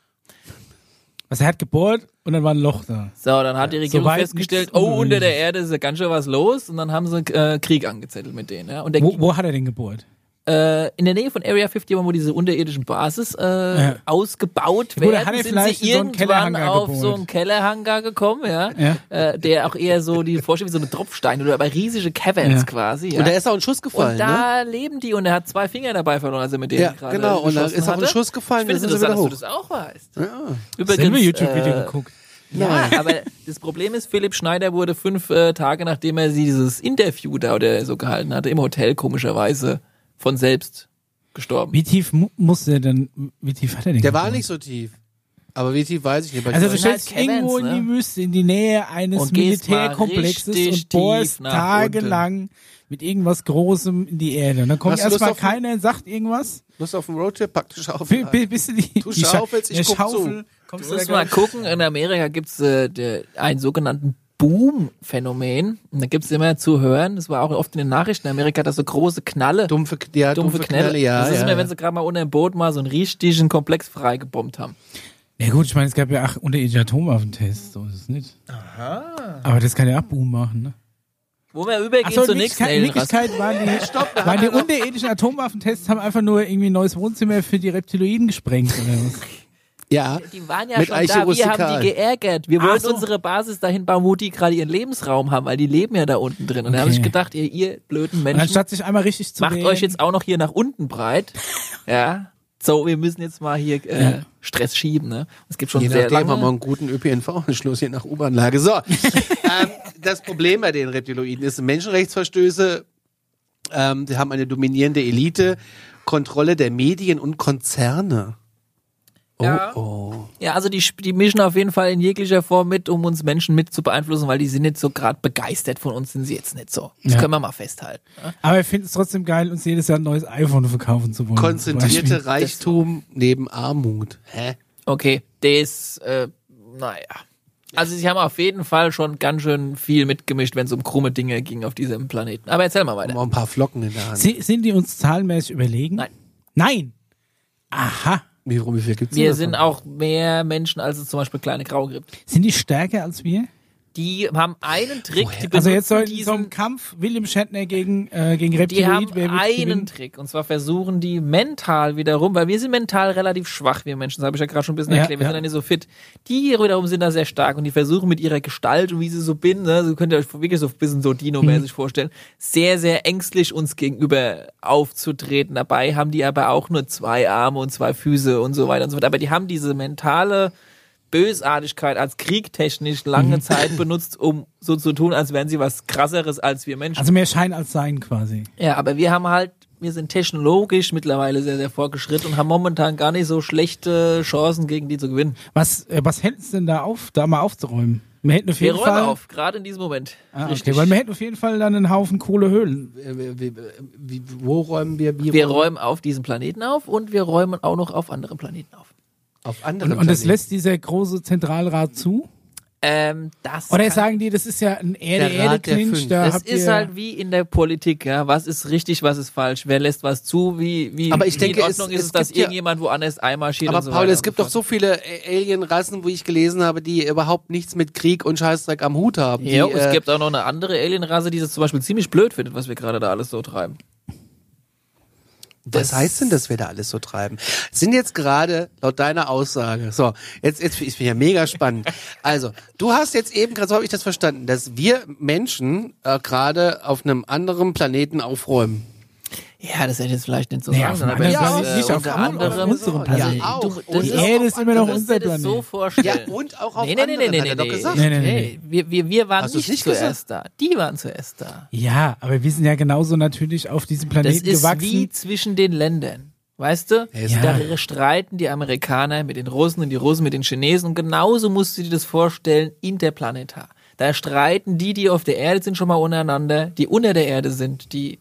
Speaker 3: Also er hat gebohrt und dann war ein Loch da.
Speaker 2: So, dann hat die Regierung
Speaker 3: Soweit
Speaker 2: festgestellt,
Speaker 3: nichts
Speaker 2: oh, unter
Speaker 3: Ungewöhnliches.
Speaker 2: der Erde ist ja ganz schön was los und dann haben sie äh, Krieg angezählt mit denen. Ja. Und der,
Speaker 3: Wo, wo hat er denn gebohrt?
Speaker 2: äh, in der Nähe von Area 51, wo diese unterirdischen Basis äh, ausgebaut
Speaker 3: gut, da
Speaker 2: werden,
Speaker 3: hat er
Speaker 2: sind
Speaker 3: vielleicht
Speaker 2: sie
Speaker 3: in so einen
Speaker 2: irgendwann
Speaker 3: Kellerhangar
Speaker 2: auf
Speaker 3: gebohrt.
Speaker 2: so einen Kellerhangar gekommen, ja,
Speaker 3: Ja.
Speaker 2: Äh, der auch eher so die Vorstellung wie so eine Tropfstein oder aber riesige Caverns
Speaker 3: Ja.
Speaker 2: quasi. Ja.
Speaker 1: und da ist auch ein Schuss gefallen,
Speaker 2: Und
Speaker 1: ne?
Speaker 2: da leben die und er hat zwei Finger dabei verloren, als er mit denen
Speaker 1: Ja,
Speaker 2: gerade
Speaker 1: genau, und da
Speaker 2: geschossen
Speaker 1: ist auch ein
Speaker 2: hatte.
Speaker 1: Schuss gefallen,
Speaker 2: Ich finde es
Speaker 1: dann sind sie
Speaker 2: interessant, dass du
Speaker 1: wieder
Speaker 2: das auch weißt.
Speaker 1: Ja.
Speaker 3: Selber
Speaker 2: Übrigens,
Speaker 3: YouTube-Video
Speaker 2: äh,
Speaker 3: geguckt.
Speaker 2: ja, aber das Problem ist, Philipp Schneider wurde fünf äh, Tage, nachdem er sie dieses Interview da oder so gehalten hatte, im Hotel komischerweise von selbst gestorben.
Speaker 3: Wie tief mu muss er denn, wie tief hat er denn
Speaker 1: Der war
Speaker 3: gebohrt?
Speaker 1: nicht so tief. Aber wie tief weiß ich nicht. weil
Speaker 3: Also
Speaker 1: ich
Speaker 3: du
Speaker 1: weiß-
Speaker 2: sind halt
Speaker 3: stellst
Speaker 2: Caverns,
Speaker 3: irgendwo in die
Speaker 2: ne?
Speaker 3: Wüste, in die Nähe eines
Speaker 2: Und gehst mal
Speaker 3: Militärkomplexes
Speaker 2: richtig
Speaker 3: und bohrst
Speaker 2: tief nach
Speaker 3: tagelang mit irgendwas Großem in die Erde. Und dann kommt
Speaker 1: Hast du Lust
Speaker 3: erstmal
Speaker 1: auf ein-
Speaker 3: keiner und sagt irgendwas.
Speaker 1: Lust auf einen Roadtrip, pack die
Speaker 3: Bi-
Speaker 1: Schaufel.
Speaker 3: bi- Bist du die,
Speaker 1: Du
Speaker 3: die Scha-
Speaker 1: schaufelst, ich
Speaker 3: der
Speaker 1: guck
Speaker 3: Schaufel?
Speaker 1: zu.
Speaker 3: Kommst
Speaker 2: Du musst
Speaker 3: da
Speaker 2: mal
Speaker 3: gar-
Speaker 2: gucken, in Amerika gibt's äh, der, einen sogenannten Boom-Phänomen. Und da gibt's immer zu hören, das war auch oft in den Nachrichten in Amerika, dass so große Knalle,
Speaker 1: Dumpfe, ja, dumpfe, Knelle, ja.
Speaker 2: das ist
Speaker 1: ja,
Speaker 2: immer,
Speaker 1: ja.
Speaker 2: wenn sie gerade mal unter dem Boot mal so einen richtigen Komplex freigebombt haben.
Speaker 3: Ja gut, ich meine, es gab ja auch unterirdische Atomwaffentests, so ist es nicht. Aha. Aber das kann ja auch Boom machen, ne?
Speaker 2: Wo wir übergehen
Speaker 3: Achso,
Speaker 2: zur
Speaker 3: in
Speaker 2: nächsten
Speaker 3: Wirklichkeit, in
Speaker 2: Ellenrast.
Speaker 3: Wirklichkeit waren die, waren die unterirdischen Atomwaffentests, haben einfach nur irgendwie ein neues Wohnzimmer für die Reptiloiden gesprengt oder was.
Speaker 1: ja.
Speaker 2: Die waren ja
Speaker 1: Mit
Speaker 2: schon
Speaker 1: Eiche
Speaker 2: da, wir
Speaker 1: rustikal.
Speaker 2: haben die geärgert. Wir wollten
Speaker 3: so.
Speaker 2: unsere Basis dahin bauen, wo die gerade ihren Lebensraum haben, weil die leben ja da unten drin. Und da habe
Speaker 3: Okay.
Speaker 2: ich gedacht, ihr, ihr blöden
Speaker 3: Und
Speaker 2: Menschen,
Speaker 3: anstatt sich einmal richtig zu
Speaker 2: macht
Speaker 3: wehren,
Speaker 2: euch jetzt auch noch hier nach unten breit. ja. So, wir müssen jetzt mal hier äh, Stress schieben, ne? Es gibt schon
Speaker 1: Je
Speaker 2: sehr
Speaker 1: nachdem haben wir
Speaker 2: lange.
Speaker 1: einen guten ÖPNV-Anschluss hier nach U-Bahnlage. So, ähm, das Problem bei den Reptiloiden ist Menschenrechtsverstöße. Ähm, sie haben eine dominierende Elite, Kontrolle der Medien und Konzerne. Oh,
Speaker 2: Ja.
Speaker 1: oh.
Speaker 2: Ja, also die, sp- die mischen auf jeden Fall in jeglicher Form mit, um uns Menschen mit zu beeinflussen, weil die sind jetzt so gerade begeistert von uns, sind sie jetzt nicht so. Das
Speaker 3: Ja.
Speaker 2: können wir mal festhalten. Ne?
Speaker 3: Aber ich finde es trotzdem geil, uns jedes Jahr ein neues iPhone verkaufen zu wollen. Zum Beispiel.
Speaker 1: Konzentrierte Reichtum neben Armut. Hä?
Speaker 2: Okay, das, äh, naja. Also sie haben auf jeden Fall schon ganz schön viel mitgemischt, wenn es um krumme Dinge ging auf diesem Planeten. Aber erzähl mal
Speaker 1: Haben
Speaker 2: weiter.
Speaker 1: auch ein paar Flocken in der Hand.
Speaker 3: Sie, sind die uns zahlenmäßig überlegen?
Speaker 2: Nein.
Speaker 3: Nein! Aha.
Speaker 1: Wie, rum, wie viel gibt's denn
Speaker 2: Wir
Speaker 1: davon?
Speaker 2: sind auch mehr Menschen, als es zum Beispiel kleine Grau gibt.
Speaker 3: Sind die stärker als wir?
Speaker 2: Die haben einen Trick, die benutzen
Speaker 3: Also jetzt soll in so
Speaker 2: diesen,
Speaker 3: einem Kampf William Shatner gegen, äh, gegen
Speaker 2: die
Speaker 3: Reptiloid,
Speaker 2: haben
Speaker 3: wer wird
Speaker 2: einen
Speaker 3: gewinnen?
Speaker 2: Trick. Und zwar versuchen die mental wiederum, weil wir sind mental relativ schwach, wir Menschen, das habe ich ja gerade schon ein bisschen
Speaker 3: Ja,
Speaker 2: erklärt, wir
Speaker 3: ja.
Speaker 2: sind ja nicht so fit. Die wiederum sind da sehr stark und die versuchen mit ihrer Gestalt und wie sie so bin, ne, so könnt ihr euch wirklich so ein bisschen so Dino-mäßig
Speaker 3: Hm.
Speaker 2: vorstellen, sehr, sehr ängstlich uns gegenüber aufzutreten. Dabei haben die aber auch nur zwei Arme und zwei Füße und so weiter und so fort. Aber die haben diese mentale Bösartigkeit als kriegtechnisch lange
Speaker 3: Mhm.
Speaker 2: Zeit benutzt, um so zu tun, als wären sie was krasseres als wir Menschen.
Speaker 3: Also mehr Schein als Sein quasi.
Speaker 2: Ja, aber wir haben halt, wir sind technologisch mittlerweile sehr, sehr fortgeschritten und haben momentan gar nicht so schlechte Chancen, gegen die zu gewinnen.
Speaker 3: Was, äh, was hält es denn da auf, da mal aufzuräumen? Wir hätten auf
Speaker 2: Wir
Speaker 3: jeden
Speaker 2: räumen
Speaker 3: Fall.
Speaker 2: auf, gerade in diesem Moment.
Speaker 3: Ah, okay,
Speaker 2: Richtig.
Speaker 3: weil wir hätten auf jeden Fall dann einen Haufen Kohlehöhlen.
Speaker 1: Äh, wie- wie- wie- wo räumen wir Bier?
Speaker 2: wir räumen auf diesen Planeten auf und wir räumen auch noch auf andere Planeten auf.
Speaker 1: auf anderen
Speaker 3: Und, und das
Speaker 1: Planeten.
Speaker 3: lässt dieser große Zentralrat zu?
Speaker 2: Ähm, das
Speaker 3: Oder
Speaker 2: kann-
Speaker 3: sagen die, das ist ja ein
Speaker 1: Der Rat der
Speaker 3: Erde-Erde-Clinch,
Speaker 1: Fünf.
Speaker 3: da
Speaker 2: das
Speaker 3: habt
Speaker 2: ist
Speaker 3: ihr
Speaker 2: halt wie in der Politik, ja. Was ist richtig, was ist falsch? Wer lässt was zu? Wie, wie,
Speaker 1: Aber ich
Speaker 2: wie
Speaker 1: denke,
Speaker 2: in
Speaker 1: es-
Speaker 2: Ordnung
Speaker 1: es
Speaker 2: ist es, dass
Speaker 1: gibt ja-
Speaker 2: irgendjemand woanders einmarschiert
Speaker 1: Aber
Speaker 2: und so
Speaker 1: Paul,
Speaker 2: weiter
Speaker 1: es
Speaker 2: und
Speaker 1: gibt
Speaker 2: so
Speaker 1: doch
Speaker 2: fort.
Speaker 1: so viele äh, Alien-Rassen, wo ich gelesen habe, die überhaupt nichts mit Krieg und Scheißdreck am Hut haben.
Speaker 2: Ja,
Speaker 1: die,
Speaker 2: und es
Speaker 1: äh,
Speaker 2: gibt auch noch eine andere Alienrasse, die das zum Beispiel ziemlich blöd findet, was wir gerade da alles so treiben.
Speaker 1: Was heißt denn, dass wir da alles so treiben? Sind jetzt gerade, laut deiner Aussage, so, jetzt, jetzt ich bin ja mega spannend. Also, du hast jetzt eben, gerade so habe ich das verstanden, dass wir Menschen äh, gerade auf einem anderen Planeten aufräumen.
Speaker 2: Ja, das hätte ich jetzt vielleicht nicht so
Speaker 3: Naja,
Speaker 2: sagen
Speaker 3: auf dem
Speaker 2: sollen, aber
Speaker 3: anderen
Speaker 2: das
Speaker 1: Planet
Speaker 2: ist,
Speaker 1: nicht,
Speaker 2: äh,
Speaker 1: auf dem anderen, auf unserem Planeten.
Speaker 2: unter anderem also, du-
Speaker 1: Und
Speaker 2: das
Speaker 1: die
Speaker 2: ist
Speaker 3: Erde
Speaker 2: auf
Speaker 3: ist immer noch
Speaker 2: anderem,
Speaker 3: unser
Speaker 2: das ist so
Speaker 1: Ja,
Speaker 3: Planet.
Speaker 2: vorstellen.
Speaker 1: und auch auf
Speaker 2: Nee, nee, nee,
Speaker 1: anderen,
Speaker 2: nee,
Speaker 1: hat
Speaker 2: nee,
Speaker 1: er doch
Speaker 2: nee,
Speaker 1: gesagt.
Speaker 3: Nee, nee, nee,
Speaker 2: nee. Wir, wir, wir waren
Speaker 1: Hast du's nicht
Speaker 2: nicht,
Speaker 1: gesagt?
Speaker 2: zuerst da. Die waren zuerst da.
Speaker 3: Ja, aber wir sind ja genauso natürlich auf diesem
Speaker 2: Das
Speaker 3: Planeten
Speaker 2: ist
Speaker 3: gewachsen.
Speaker 2: wie zwischen den Ländern. Weißt du?
Speaker 1: ist
Speaker 3: Ja.
Speaker 2: Da streiten die Amerikaner mit den Russen und die Russen mit den Chinesen. Und genauso musst du dir das vorstellen, interplanetar. Da streiten die, die auf der Erde sind, schon mal untereinander, die unter der Erde sind, die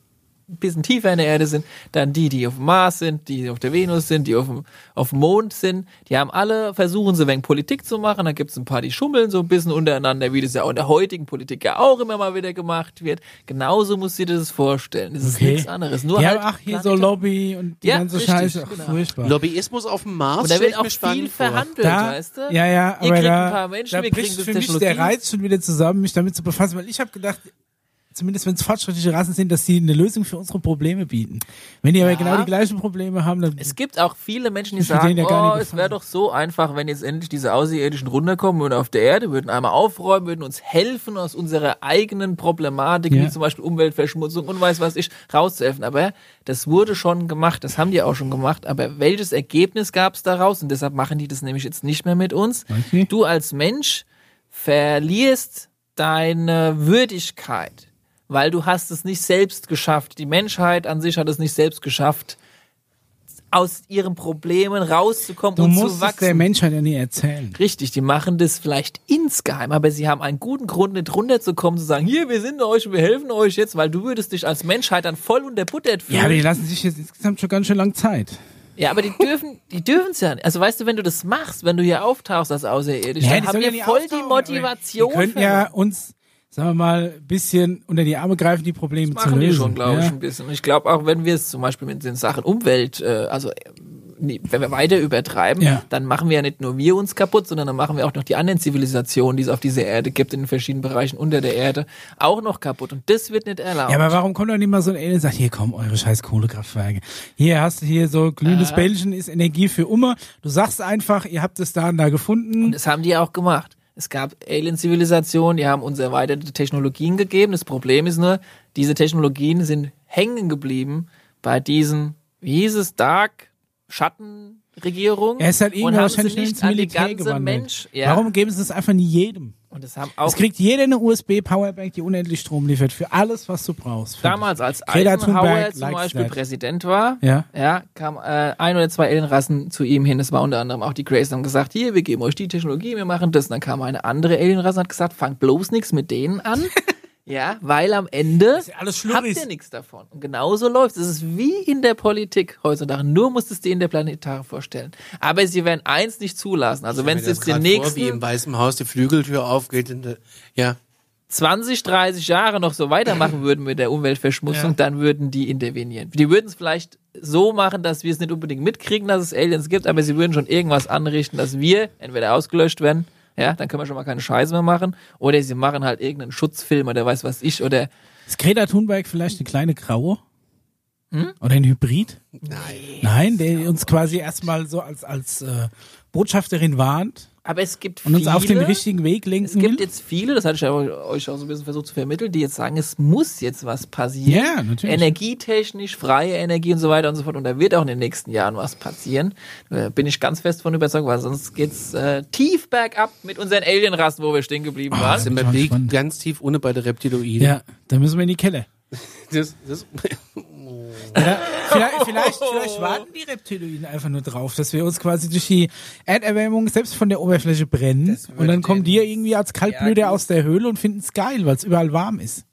Speaker 2: ein bisschen tiefer in der Erde sind, dann die, die auf dem Mars sind, die auf der Venus sind, die auf dem, auf dem Mond sind. Die haben alle, versuchen sie ein wenig Politik zu machen. Da gibt es ein paar, die schummeln so ein bisschen untereinander, wie das ja auch in der heutigen Politik ja auch immer mal wieder gemacht wird. Genauso musst du dir das vorstellen. Das ist
Speaker 3: Okay.
Speaker 2: nichts anderes. Nur
Speaker 3: ja,
Speaker 2: halt
Speaker 3: ach, hier so
Speaker 2: planetar.
Speaker 3: Lobby und die
Speaker 2: Ja,
Speaker 3: ganze
Speaker 2: richtig,
Speaker 3: Scheiße. Ach,
Speaker 2: genau.
Speaker 3: furchtbar.
Speaker 1: Lobbyismus auf dem Mars.
Speaker 2: Und da
Speaker 1: stell
Speaker 2: wird
Speaker 1: ich
Speaker 2: auch
Speaker 1: mir
Speaker 2: viel
Speaker 1: spannend
Speaker 2: verhandelt,
Speaker 3: da,
Speaker 2: weißt du?
Speaker 3: Ja, ja,
Speaker 2: Ihr
Speaker 3: aber
Speaker 2: kriegt
Speaker 3: da,
Speaker 2: ein paar Menschen,
Speaker 3: da
Speaker 2: wir
Speaker 3: bricht
Speaker 2: kriegen
Speaker 3: für
Speaker 2: das
Speaker 3: mich
Speaker 2: Technologie.
Speaker 3: der Reiz schon wieder zusammen, mich damit zu befassen, weil ich habe gedacht, zumindest wenn es fortschrittliche Rassen sind, dass sie eine Lösung für unsere Probleme bieten. Wenn die aber
Speaker 2: Ja.
Speaker 3: genau die gleichen Probleme haben, dann
Speaker 2: Es gibt auch viele Menschen, die
Speaker 3: Ich verstehe
Speaker 2: sagen,
Speaker 3: ja gar
Speaker 2: oh,
Speaker 3: nicht
Speaker 2: es wäre
Speaker 3: gefallen.
Speaker 2: doch so einfach, wenn jetzt endlich diese Außerirdischen runterkommen und auf der Erde würden einmal aufräumen, würden uns helfen, aus unserer eigenen Problematik,
Speaker 3: Ja.
Speaker 2: wie zum Beispiel Umweltverschmutzung und weiß was ich, rauszuhelfen. Aber das wurde schon gemacht, das haben die auch schon gemacht. Aber welches Ergebnis gab es daraus? Und deshalb machen die das nämlich jetzt nicht mehr mit uns.
Speaker 3: Okay.
Speaker 2: Du als Mensch verlierst deine Würdigkeit, weil du hast es nicht selbst geschafft. Die Menschheit an sich hat es nicht selbst geschafft, aus ihren Problemen rauszukommen
Speaker 3: du
Speaker 2: und
Speaker 3: musst
Speaker 2: zu
Speaker 3: es der
Speaker 2: wachsen.
Speaker 3: Menschheit ja nie erzählen.
Speaker 2: Richtig, die machen das vielleicht insgeheim, aber sie haben einen guten Grund, nicht runterzukommen, zu sagen, hier, wir sind euch und wir helfen euch jetzt, weil du würdest dich als Menschheit dann voll unterbuttert fühlen.
Speaker 3: Ja, aber die lassen sich jetzt insgesamt schon ganz schön lang Zeit.
Speaker 2: Ja, aber die dürfen, die dürfen es ja nicht. Also weißt du, wenn du das machst, wenn du hier auftauchst als Außerirdischer, dann haben
Speaker 3: sollen
Speaker 2: wir
Speaker 3: nicht
Speaker 2: voll die
Speaker 3: auftauchen, aber
Speaker 2: Motivation.
Speaker 3: Die könnten
Speaker 2: für-
Speaker 3: ja uns, sagen wir mal, ein bisschen unter die Arme greifen, die Probleme zu
Speaker 2: machen
Speaker 3: lösen.
Speaker 2: die schon, glaube ich,
Speaker 3: ja.
Speaker 2: ein bisschen. Und ich glaube auch, wenn wir es zum Beispiel mit den Sachen Umwelt, äh, also äh, nee, wenn wir weiter übertreiben,
Speaker 3: Ja.
Speaker 2: dann machen wir ja nicht nur wir uns kaputt, sondern dann machen wir auch noch die anderen Zivilisationen, die es auf dieser Erde gibt, in den verschiedenen Bereichen unter der Erde, auch noch kaputt. Und das wird nicht erlaubt.
Speaker 3: Ja, aber warum kommt doch nicht mal so ein Alien und sagt, hier kommen eure scheiß Kohlekraftwerke. Hier hast du hier so glühendes Bällchen ist Energie für immer. Du sagst einfach, ihr habt es da und da gefunden.
Speaker 2: Das haben die auch gemacht. Es gab Alien-Zivilisationen, die haben uns erweiterte Technologien gegeben. Das Problem ist nur, diese Technologien sind hängen geblieben bei diesen, wie hieß es, Dark Schattenregierung.
Speaker 3: Er ist halt
Speaker 2: und
Speaker 3: irgendwann
Speaker 2: haben sie
Speaker 3: wahrscheinlich ins
Speaker 2: nicht an die
Speaker 3: Militär
Speaker 2: ganze
Speaker 3: gewandelt.
Speaker 2: Mensch. Ja.
Speaker 3: Warum geben sie es einfach nie jedem?
Speaker 2: Und das haben auch
Speaker 3: Es kriegt jeder eine USB-Powerbank, die unendlich Strom liefert für alles, was du brauchst.
Speaker 2: damals, als
Speaker 3: Greta
Speaker 2: Eisenhower
Speaker 3: Thunberg
Speaker 2: zum
Speaker 3: likes
Speaker 2: Beispiel
Speaker 3: that.
Speaker 2: Präsident war,
Speaker 3: Ja.
Speaker 2: ja kam äh, ein oder zwei Alienrassen zu ihm hin. Das war unter anderem auch die Grace. Haben gesagt, hier, wir geben euch die Technologie, wir machen das. Und dann kam eine andere Alienrasse und hat gesagt, fangt bloß nichts mit denen an. Ja, weil am Ende
Speaker 3: ja alles
Speaker 2: habt
Speaker 3: Schlurris.
Speaker 2: ihr nichts davon. Und genauso läuft es. Es ist wie in der Politik heutzutage. Nur musst du es dir in der Planetare vorstellen. Aber sie werden eins nicht zulassen. Also wenn es jetzt den
Speaker 1: demnächst
Speaker 2: nächsten
Speaker 1: Wie im Weißen Haus die Flügeltür aufgeht. Und, äh, ja.
Speaker 2: 20, 30 Jahre noch so weitermachen würden mit der Umweltverschmutzung,
Speaker 3: Ja.
Speaker 2: dann würden die intervenieren. Die würden es vielleicht so machen, dass wir es nicht unbedingt mitkriegen, dass es Aliens gibt, aber sie würden schon irgendwas anrichten, dass wir entweder ausgelöscht werden, ja, dann können wir schon mal keine Scheiße mehr machen, oder sie machen halt irgendeinen Schutzfilm oder weiß was ich, oder
Speaker 3: Ist Greta Thunberg vielleicht eine kleine Graue?
Speaker 2: Hm?
Speaker 3: Oder ein Hybrid?
Speaker 1: Nein.
Speaker 3: Nein, der uns quasi erstmal so als, als äh, Botschafterin warnt
Speaker 2: aber es gibt
Speaker 3: und uns
Speaker 2: viele,
Speaker 3: auf den richtigen Weg
Speaker 2: es
Speaker 3: lenken will.
Speaker 2: gibt jetzt viele, das hatte ich ja euch auch so ein bisschen versucht zu vermitteln, die jetzt sagen, es muss jetzt was passieren.
Speaker 3: ja, natürlich.
Speaker 2: Energietechnisch, freie Energie und so weiter und so fort. Und da wird auch in den nächsten Jahren was passieren. Äh, bin ich ganz fest von überzeugt, weil sonst geht's äh, tief bergab mit unseren Alienrassen, wo wir stehen geblieben
Speaker 3: Ah,
Speaker 2: waren.
Speaker 1: Sind wir
Speaker 3: Schon
Speaker 1: wie
Speaker 3: spannend.
Speaker 1: ganz tief ohne bei der Reptiloiden.
Speaker 3: ja, dann müssen wir in die Keller.
Speaker 1: Das, das, Oh.
Speaker 3: Vielleicht, vielleicht, vielleicht warten die Reptiloiden einfach nur drauf, dass wir uns quasi durch die Erderwärmung selbst von der Oberfläche brennen. Und dann kommen die ja irgendwie als Kaltblüter aus der Höhle und finden es geil, weil es überall warm ist.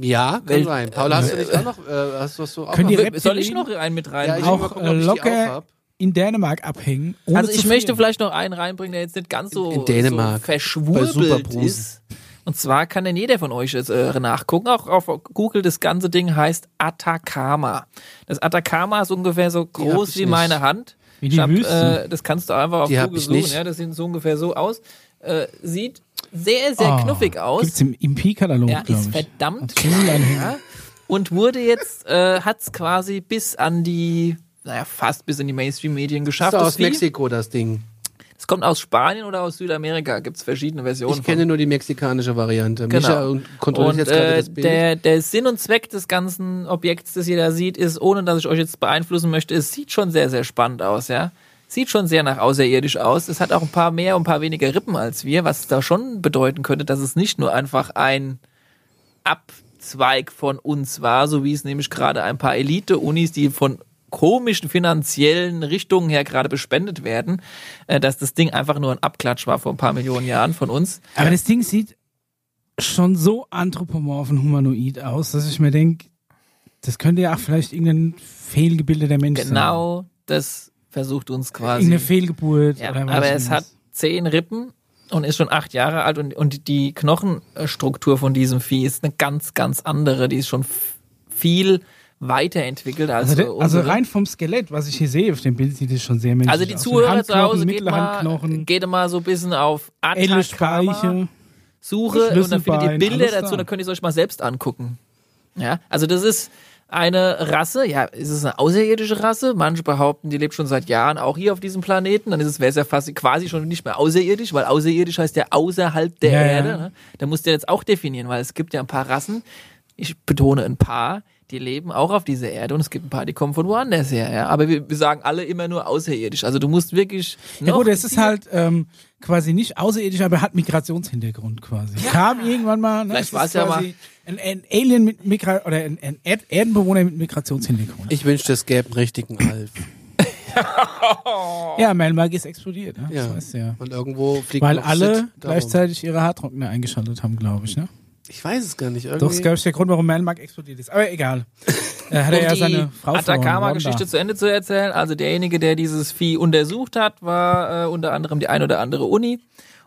Speaker 1: ja, kann
Speaker 2: Welt-
Speaker 1: sein. Paula, hast du dich auch noch, äh, hast du was so auch
Speaker 3: Könnt
Speaker 1: noch-
Speaker 3: ihr
Speaker 2: Soll- Soll ich
Speaker 3: Reptilien?
Speaker 2: noch einen mit
Speaker 1: Ja,
Speaker 2: reinbringen?
Speaker 1: ich will mal
Speaker 3: Auch
Speaker 1: gucken,
Speaker 3: äh,
Speaker 1: ob ich die auch
Speaker 3: locker
Speaker 1: hab.
Speaker 3: in Dänemark abhängen. Ohne
Speaker 2: also ich
Speaker 3: zu
Speaker 2: möchte
Speaker 3: frieren.
Speaker 2: vielleicht noch einen reinbringen, der jetzt nicht ganz so,
Speaker 1: In- in Dänemark,
Speaker 2: so
Speaker 1: bei
Speaker 2: verschwurbelt
Speaker 1: Superbrusen.
Speaker 2: ist. Und zwar kann denn jeder von euch jetzt äh, nachgucken. Auch auf Google, das ganze Ding heißt Atacama. Das Atacama ist ungefähr so
Speaker 1: ich
Speaker 2: groß wie
Speaker 1: nicht.
Speaker 2: meine Hand.
Speaker 3: Wie die
Speaker 2: ich hab,
Speaker 3: Wüste.
Speaker 2: äh, das kannst du einfach auf
Speaker 1: Die hab
Speaker 2: Google
Speaker 1: ich
Speaker 2: suchen.
Speaker 1: nicht.
Speaker 2: Ja, das sieht so ungefähr so aus. Äh, sieht sehr, sehr
Speaker 3: Oh,
Speaker 1: Ah,
Speaker 2: knuffig aus.
Speaker 3: Gibt's im, im Pi-Katalog,
Speaker 2: Ja,
Speaker 3: glaube
Speaker 2: ist
Speaker 3: ich.
Speaker 2: verdammt
Speaker 3: Cool,
Speaker 2: klein.
Speaker 3: ein-
Speaker 2: Ja. und wurde jetzt, äh, hat es quasi bis an die, naja, fast bis in die Mainstream-Medien
Speaker 1: Das
Speaker 2: geschafft.
Speaker 1: ist aus
Speaker 2: Vieh.
Speaker 1: Mexiko das Ding.
Speaker 2: Es kommt aus Spanien oder aus Südamerika, gibt es verschiedene Versionen.
Speaker 1: Ich kenne nur die mexikanische Variante.
Speaker 2: von.
Speaker 1: Micha
Speaker 2: Genau.
Speaker 1: und kontrolliert
Speaker 2: und,
Speaker 1: jetzt gerade
Speaker 2: äh,
Speaker 1: das Bild.
Speaker 2: Der, der Sinn und Zweck des ganzen Objekts, das ihr da sieht, ist, ohne dass ich euch jetzt beeinflussen möchte, es sieht schon sehr, sehr spannend aus, ja. Sieht schon sehr nach außerirdisch aus. Es hat auch ein paar mehr und ein paar weniger Rippen als wir, was da schon bedeuten könnte, dass es nicht nur einfach ein Abzweig von uns war, so wie es nämlich gerade ein paar Elite-Unis, die von komischen finanziellen Richtungen her gerade bespendet werden, äh, dass das Ding einfach nur ein Abklatsch war vor ein paar Millionen Jahren von uns.
Speaker 3: Aber das Ding sieht schon so anthropomorph und humanoid aus, dass ich mir denke, das könnte ja auch vielleicht irgendein fehlgebildeter Mensch sein.
Speaker 2: Genau das versucht uns quasi.
Speaker 3: Irgendeine Fehlgeburt
Speaker 2: Ja,
Speaker 3: oder was
Speaker 2: aber es hat zehn Rippen und ist schon acht Jahre alt und, und die Knochenstruktur von diesem Vieh ist eine ganz, ganz andere. Die ist schon f- viel weiterentwickelt als
Speaker 3: Also, de- also
Speaker 2: Äh, unsere.
Speaker 3: rein vom Skelett, was ich hier sehe auf dem Bild, sieht es schon sehr menschlich
Speaker 2: Also die
Speaker 3: aus.
Speaker 2: Zuhörer zu
Speaker 3: Handknochen,
Speaker 2: Hause geht mal,
Speaker 3: Mittelhandknochen,
Speaker 2: geht mal so ein bisschen auf Atacama
Speaker 3: Edelspeiche.
Speaker 2: Suche und dann findet ihr
Speaker 3: Schlüsselbein,
Speaker 2: Bilder
Speaker 3: alles
Speaker 2: dazu,
Speaker 3: da.
Speaker 2: dann könnt ihr es euch mal selbst angucken. Ja, also das ist eine Rasse, ja, ist es eine außerirdische Rasse? Manche behaupten, die lebt schon seit Jahren auch hier auf diesem Planeten, dann ist es wäre es ja fast quasi schon nicht mehr außerirdisch, weil außerirdisch heißt ja außerhalb der
Speaker 3: Ja, ja.
Speaker 2: Erde. Ne? Da musst du jetzt auch definieren, weil es gibt ja ein paar Rassen, ich betone ein paar, die leben auch auf dieser Erde und es gibt ein paar, die kommen von woanders her. Ja? Aber wir, wir sagen alle immer nur außerirdisch. Also du musst wirklich
Speaker 3: Ja
Speaker 2: noch
Speaker 3: gut, es ist
Speaker 2: viel-
Speaker 3: halt ähm, quasi nicht außerirdisch, aber hat Migrationshintergrund quasi. Kam irgendwann mal. Ne?
Speaker 2: Vielleicht
Speaker 3: ist
Speaker 2: war's ja
Speaker 3: quasi Ein, ein Alien mit Migra oder ein, ein Erd Erdenbewohner mit Migrationshintergrund.
Speaker 1: ich wünschte, es gäbe einen richtigen Alf.
Speaker 3: Ja, mein Mag ist explodiert. Ne?
Speaker 1: Ja.
Speaker 3: Das weißt du ja.
Speaker 1: Und irgendwo fliegt
Speaker 3: Weil
Speaker 1: noch
Speaker 3: alle
Speaker 1: Sid darum.
Speaker 3: gleichzeitig ihre Haartrockner eingeschaltet haben, glaube ich. Ne?
Speaker 1: Ich weiß es gar nicht. Irgendwie.
Speaker 3: Doch, das ist, glaube ich, der Grund, warum mein Mag explodiert ist. Aber egal. Äh, hat
Speaker 2: um
Speaker 3: er ja
Speaker 2: die
Speaker 3: seine Frau verloren,
Speaker 2: Atacama-Geschichte
Speaker 3: Wanda.
Speaker 2: zu Ende zu erzählen. Also derjenige, der dieses Vieh untersucht hat, war äh, unter anderem die ein oder andere Uni.